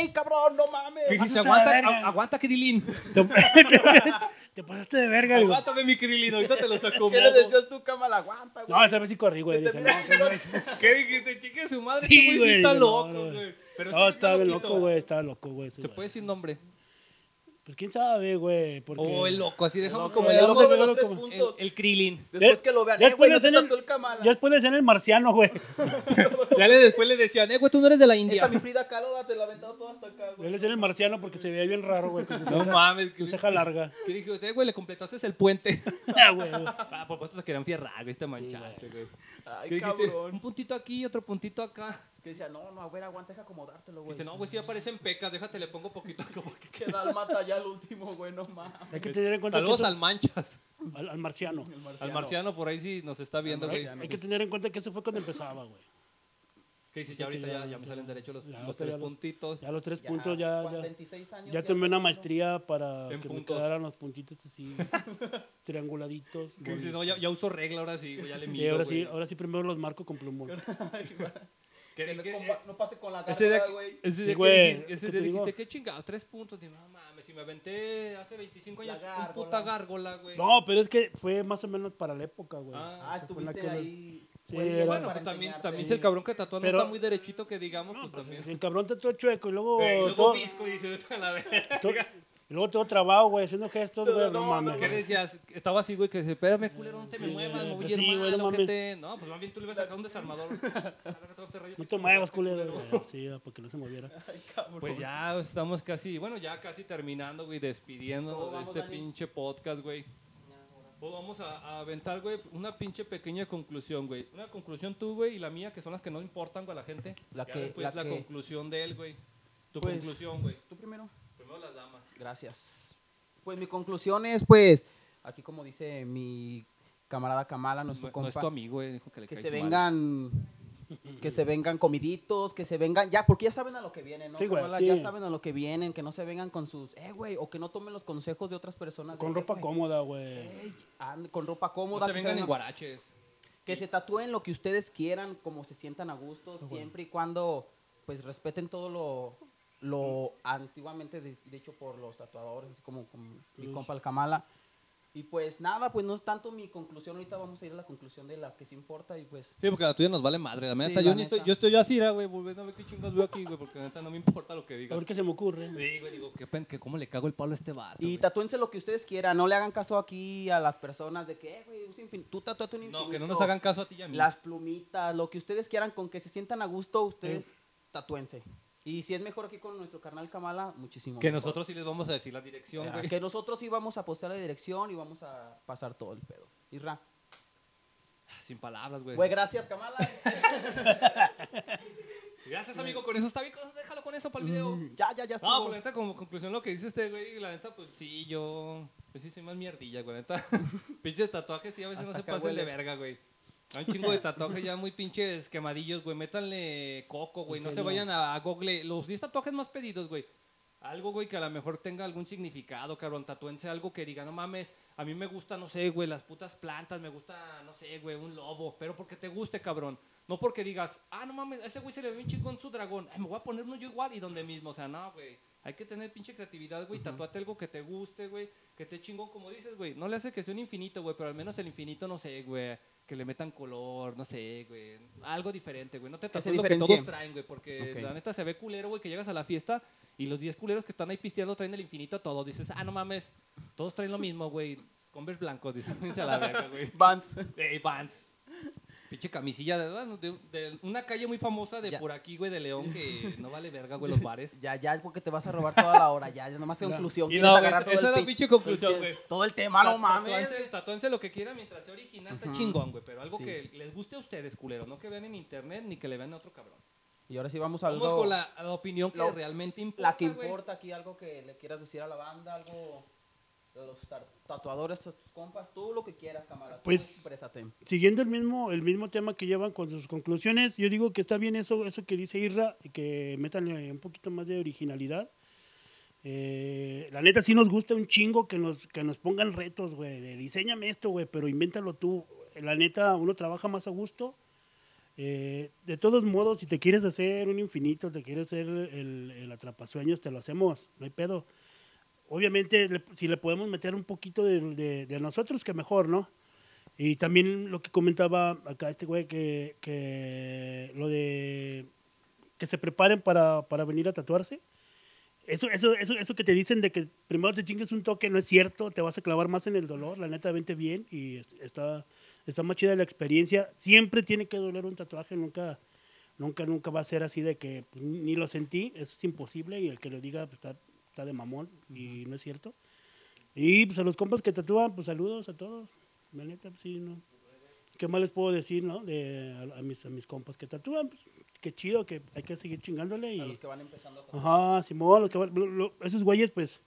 ¡Ey, cabrón, no mames!
Dijiste,
Pásate de
aguanta,
verga.
a- aguanta, Kirilín.
Te, te- te pasaste de verga, güey.
Aguántame, mi Kirilín, ahorita te los
¿Qué le
acomodo.
decías tú, cámara? Aguanta, güey.
No, esa vez sí corrí, güey.
Se te
Dije,
mira
no,
el-
¿Qué dijiste? Chique su madre,
Sí,
este güey,
güey,
sí está
no,
loco,
no,
güey. Pero
no,
sí está
estaba bien
loquito.
loco, güey. Estaba loco, güey. ese
Se
güey.
puede sin nombre.
Pues quién sabe, güey. Porque...
O Oh, el loco, así dejamos
Como
como
el
el
loco
loco.
de
loco,
los tres
como-
El,
puntos.
el Krilin.
Después que lo vean,
Ya
eh, güey,
después
no se
le hacen
tatuó el
Ya
cámara.
después de ser el marciano, güey.
Ya le, después le decían, eh, güey, tú no eres de la
Esa
India.
mi Frida Kahlo la te la aventaba toda hasta acá,
Él
güey.
es el marciano porque se veía bien raro, güey. Con su
No
ceja,
mames.
su
Que,
ceja larga.
que dije, usted, güey, le completaste el puente.
Ah, güey, güey.
Ah, por supuesto te querían fierrar, güey, te manchaste, este güey. ¿Qué
Ay,
dijiste?
cabrón.
Un puntito aquí y otro puntito acá.
Que decía, no, no, güey, aguanta, deja acomodártelo, güey.
Dice, no, güey, si aparecen pecas, déjate, le pongo poquito como que...
Que Dalmata ya el último, güey, no mames.
Hay que tener en cuenta que
Saludos
eso-
al manchas.
al, al marciano.
El
Al marciano por ahí sí nos está viendo, güey.
Hay que tener en cuenta que eso fue cuando empezaba, güey.
Que dices, ya ahorita ya, ya me salen derecho los,
Ya,
los
ahorita
tres
ya los-
puntitos.
Ya los tres
Ya,
puntos, ya,
Juan,
ya,
26 años,
ya tomé una
no, no.
maestría para que
En
me
puntos.
quedaran los puntitos así, trianguladitos.
Que dices,
bonitos.
no, ya, ya uso regla ahora sí, güey, ya le mido,
Sí, ahora sí,
güey.
ahora sí primero los marco con plumón.
Que-
Que no,
que-
compa- no pase con la
Ese día,
gárgola, güey.
ese
Sí,
día que
güey,
dij- ese
¿qué
día
te
dijiste,
digo?
qué chingados, tres puntos. Dije, no mames, si me aventé hace 25
La
años un
gárgola.
puta gárgola, güey.
No, pero es que fue más o menos para la época, güey.
Ah,
Ah,
Eso fue en la
estuviste
que-
ahí.
Sí,
güey,
era-
Bueno,
para
pues también,
enseñarte.
también
sí.
si el cabrón que tatuado
Pero-
no está muy derechito que digamos,
No,
pues,
pues,
también.
el cabrón te todo chueco y luego,
Güey, luego
todo,
visco, dice, a la vez.
todo- y luego todo trabado, güey, haciendo gestos, güey, no,
No, no,
mames.
¿Qué decías? Estaba así, güey, que dice, espérame, culero, no te me
Sí,
muevas,
güey,
me voy a
pues sí,
ir
güey,
mal,
no mames.
ojete. No, pues más bien tú le ibas a sacar un desarmador. A ver, que todo este rollo.
No te muevas, culero. güey. Sí, porque no se moviera.
Pues ya estamos casi, bueno, ya casi terminando, güey, despidiéndonos
¿Cómo
de
vamos,
este
Dani?
pinche podcast, güey. Pues vamos a, a aventar, güey, una pinche pequeña conclusión, güey. Una conclusión tú, güey, y la mía, que son las que no importan, güey, a la gente.
La
Ya
que-
después
la
la,
que-
conclusión de él, güey. Tu
Pues-
conclusión, güey.
Tú primero.
Primero las damas.
Gracias. Pues mi conclusión es, pues, aquí como dice mi camarada Kamala, nuestro
No, no
compa,
es tu amigo, güey, dijo que le
que
caes
se
mal.
vengan, que se vengan comiditos, que se vengan, ya, porque ya saben a lo que vienen, ¿no?
Sí, güey,
Kamala?
sí.
Ya saben a lo que vienen, que no se vengan con sus, eh, güey, o que no tomen los consejos de otras personas.
Con
de, eh,
ropa
güey,
cómoda, güey.
ey, and- con ropa
No
cómoda.
se
que
vengan en
vengan-
guaraches.
que se tatúen lo que ustedes quieran, como se sientan a gusto, siempre y cuando pues respeten todo lo, lo antiguamente de- dicho por los tatuadores, así como, como mi
Ush.
compa el Kamala. Y pues nada, pues no es tanto mi conclusión, ahorita vamos a ir a la conclusión de la que sí importa y pues
Sí, porque la tuya nos vale madre. La
Sí,
neta,
la
yo, ni
neta.
Estoy, yo estoy así, era, güey, volviendo a ver qué chingas veo aquí, güey, porque la neta no me importa lo que
A
digas.
ver qué se me ocurre.
Sí, güey, digo, qué pen, que cómo le cago el palo a este vato.
y
güey.
tatúense lo que ustedes quieran, no le hagan caso aquí a las personas de que, "Eh, güey, usa infin- tú tatúate un infinito.
No, que no nos hagan caso a ti y a mí.
las plumitas, lo que ustedes quieran, con que se sientan a gusto, ustedes tatúense. Y si es mejor aquí con nuestro carnal Kamala, muchísimo
Que
mejor.
nosotros sí les vamos a decir la dirección,
Ah,
güey.
que nosotros íbamos a postear la dirección y vamos a pasar todo el pedo. Irra.
Sin palabras, güey.
Güey, gracias, Kamala. Este,
Gracias, amigo, con eso está bien. con- Déjalo con eso para el video.
ya, ya, ya
No,
estuvo.
pues la neta, como conclusión lo que dice este güey, la neta, pues sí, yo. Pues sí, soy más mierdilla, güey. La neta, pinches tatuajes sí a veces no
Hasta
se
acá
pasen de
hueles.
verga, güey. Hay un chingo de tatuajes ya muy pinches quemadillos, güey. Métanle coco, güey. No
Ok,
se
no.
vayan a, a Google. Los 10 tatuajes más pedidos, güey. Algo, güey, que a lo mejor tenga algún significado, cabrón. Tatúense algo que diga, no mames, a mí me gusta, no sé, güey, las putas plantas, me gusta, no sé, güey, un lobo. Pero porque te guste, cabrón. No porque digas, ah, no mames, a ese güey se le ve un chingón su dragón. Ay, me voy a poner uno yo igual y donde mismo. O sea, no, güey. Hay que tener pinche creatividad, güey. Tatuate algo que te guste, güey. Que te chingón, como dices, güey. No le hace que sea un infinito, güey, pero al menos el infinito, no sé, güey. que le metan color, no sé, güey. Algo diferente, güey. No te
se
tatúes lo que
diferencie.
todos traen, güey. Porque
Ok.
la neta se ve culero, güey, que llegas a la fiesta y los 10 culeros que están ahí pisteando traen el infinito a todos. Dices, ah, no mames, todos traen lo mismo, güey. Converse blancos, dices, "Váyanse a la verga, güey.
Vans.
Ey, Vans. Pinche camisilla de, bueno, de- de una calle muy famosa de
Ya.
por aquí, güey, de León, que no vale verga, güey, los bares.
Ya, ya, porque te vas a robar toda la hora, ya, ya nomás en conclusión,
Y
quieres
no, güey,
agarrar
esa-
todo
esa es
el
la
pi-
pinche conclusión,
el-
güey.
Todo el tema, Ah, no
Tat-
mames.
tatúense- tatúense lo que quieran mientras sea original, está
Ujú.
chingón, güey. Pero algo
Sí.
que les guste a ustedes, culero. No que vean en internet ni que le vean a otro cabrón.
Y ahora sí vamos a
Vamos
algo,
con
la,
la, la opinión que
lo-
realmente importa.
que
güey.
importa aquí, algo que le quieras decir a la banda, algo de los tar- tatuadores, sus compas, tú lo que quieras, camarada. tú
Pues-
exprésate.
Siguiendo el mismo, el mismo tema que llevan con sus conclusiones, yo digo que está bien eso, eso que dice Irra, que métanle un poquito más de originalidad. Eh, la neta sí nos gusta un chingo que nos, que nos pongan retos, güey, de diseñame esto, güey, pero invéntalo tú. La neta, uno trabaja más a gusto. Eh, de todos modos, si te quieres hacer un infinito, te quieres hacer el, el atrapasueños, te lo hacemos, no hay pedo. Obviamente, le- si le podemos meter un poquito de, de- de nosotros, que mejor, ¿no? Y también lo que comentaba acá este güey, que, que lo de que se preparen para, para venir a tatuarse. Eso, eso, eso, eso que te dicen de que primero te chingues un toque no es cierto, te vas a clavar más en el dolor, la neta, vente bien y es- está, está más chida la experiencia. Siempre tiene que doler un tatuaje, nunca, nunca, nunca va a ser así de que pues, ni lo sentí, eso es imposible y el que lo diga pues, está, está de mamón y no es cierto. Y pues a los compas que tatúan, pues saludos a todos. La neta, pues, sí, no. ¿Qué más les puedo decir, no? De, a, a mis, a mis compas que tatúan, pues, qué chido, que hay que seguir chingándole y...
A los que van empezando a tatuar.
Ajá, Simón, los que van- lo- lo- esos güeyes, pues,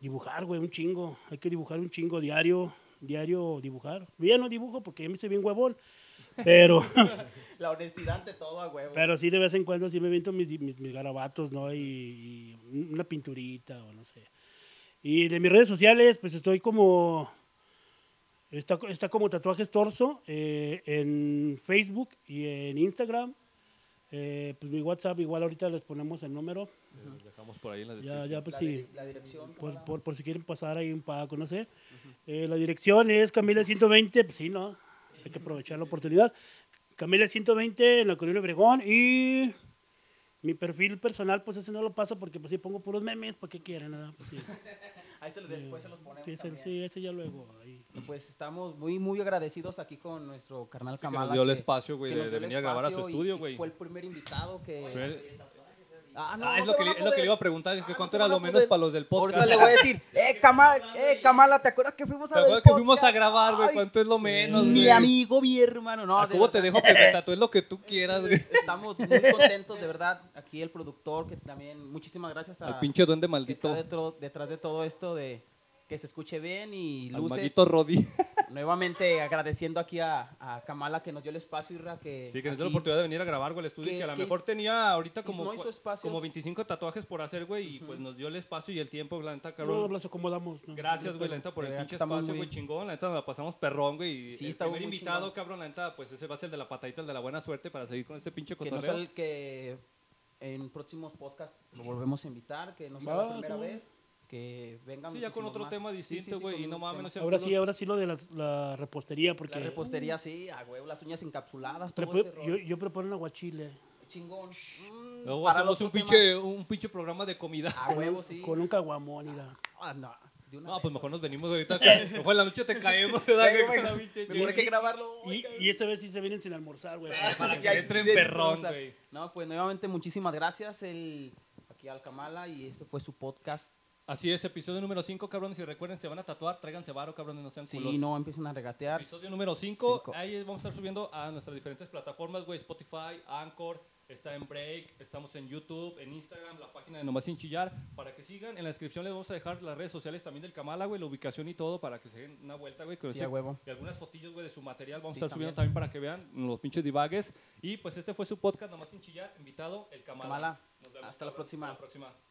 dibujar, güey, un chingo. Hay que dibujar un chingo diario, diario dibujar. Yo ya no dibujo porque ya me hice bien huevón, pero,
La honestidad ante todo, a huevo.
pero sí de vez en cuando sí me viento mis, mis, mis garabatos, ¿no? Y, y una pinturita o no sé. Y de mis redes sociales, pues estoy como... Está, está como tatuajes torso eh, en Facebook y en Instagram. Eh, pues mi WhatsApp igual ahorita les ponemos el número.
Los dejamos por ahí en la
Ya,
descripción.
ya, pues
la,
sí.
di- la dirección.
Pues,
Por,
camarada.
por, por si quieren pasar ahí un pago, no sé. Eh, la dirección es Camila 120, pues sí, ¿no? Hay que aprovechar la oportunidad. Camila 120 en la Colonia Obregón y mi perfil personal, pues ese no lo paso porque pues sí pongo puros memes, ¿para qué quieren? nada? Pues sí,
Ahí se los, después se los ponemos.
sí, ese,
también.
sí, ese ya luego. ahí.
Pues estamos muy, muy agradecidos aquí con nuestro carnal
que nos
Kamala.
dio el espacio, güey,
que
de-
nos
de
dio el
venir a grabar a su
espacio y-
estudio,
y
güey.
Fue el primer invitado que.
Fue-
Ah,
Ah, es,
se
lo que
van
le,
a
es lo que le
poder.
iba a preguntar, que
Ah, no
cuánto
se
era
van a
lo menos
poder.
para los del podcast.
Ahorita le voy a decir, eh, Kamala, eh, Kamala, ¿te acuerdas que fuimos
¿Te
a ver el
acuerdas que fuimos a
podcast?
grabar, güey?
Ay,
¿Cuánto es lo menos, güey?
Mi amigo, mi hermano, no.
¿A
de
Cubo te
verdad,
dejo que me tatúes lo que tú quieras, güey?
Estamos muy contentos, de verdad. Aquí el productor, que también, muchísimas gracias a,
Al pinche duende
que está
maldito.
detro- detrás de todo esto de que se escuche bien y
Al
luces.
maldito Rodi.
Nuevamente agradeciendo aquí a, a Kamala que nos dio el espacio, Irra, que.
Sí, que nos dio la
aquí-
oportunidad de venir a grabar, güey, el estudio.
que-
y que a lo
que
mejor tenía ahorita
que
como,
no hizo
cua-
espacios.
como 25 tatuajes por hacer, güey. Y pues nos dio el espacio y el tiempo, la neta,
No,
cabrón.
los acomodamos. ¿no?
Gracias, güey, la neta, por
De
el
verdad
pinche
que estamos
espacio,
muy-
güey, chingón. La neta, nos la pasamos perrón, güey. y
Sí,
el
estuvo
primer
muy
invitado,
chingón.
cabrón, la neta, pues ese va a ser el de la patadita, el de la buena suerte para seguir con este pinche
que no
cotorreo.
sea el que en próximos podcasts lo volvemos a invitar, que no sea
Va,
la primera
sí.
vez, que vengan
Sí, ya con
muchísimos
otro
Ah, más.
tema
Sí, sí,
distinto,
sí,
güey.
con
y no
un
mames,
tema.
no sean
Ahora
puros-
sí, ahora sí lo de las- la, repostería, porque
La repostería, sí, a huevo, las uñas encapsuladas,
le
todo
puedo-
ese rollo.
yo, yo propongo un aguachile
Chingón. Mm,
Luego
para
hacemos
los
un
otros
pinche,
temas,
un pinche programa de comida.
A
con,
huevo,
un-
sí.
con un caguamón, mira.
Ah, no, de una
No,
vez.
pues mejor nos venimos ahorita. Mejor en la noche te caemos, te da
Venga,
con la
venga,
pinche
mejor hay
chévere.
que grabarlo. hoy,
Y,
cabrón.
y esa vez sí se vienen sin almorzar, güey.
Para que
Ya,
entren
sí, sí,
perrón,
sí, sí,
güey.
No, pues nuevamente muchísimas gracias el, aquí al Kamala y este fue su podcast.
Así es, episodio número 5, cabrones. Si recuerden, se van a tatuar, tráiganse varo, cabrones, no sean
Si
culos.
no empiecen a regatear,
Episodio número 5.
Cinco.
Ahí vamos a estar subiendo a nuestras diferentes plataformas, güey. Spotify, Anchor, está en Break, estamos en YouTube, en Instagram, la página de Nomás Sin Chillar. Para que sigan, en la descripción les vamos a dejar las redes sociales también del Kamala, güey, la ubicación y todo, para que se den una vuelta, güey. con
sí,
este-
a huevo.
y algunas fotillos, güey, de su material. Vamos a
Sí,
estar subiendo también para que vean los pinches divagues. Y pues este fue su podcast, Nomás Sin Chillar. Invitado, el Kamala.
Kamala,
Nos vemos,
hasta la
cabrones.
próxima.
Hasta la próxima.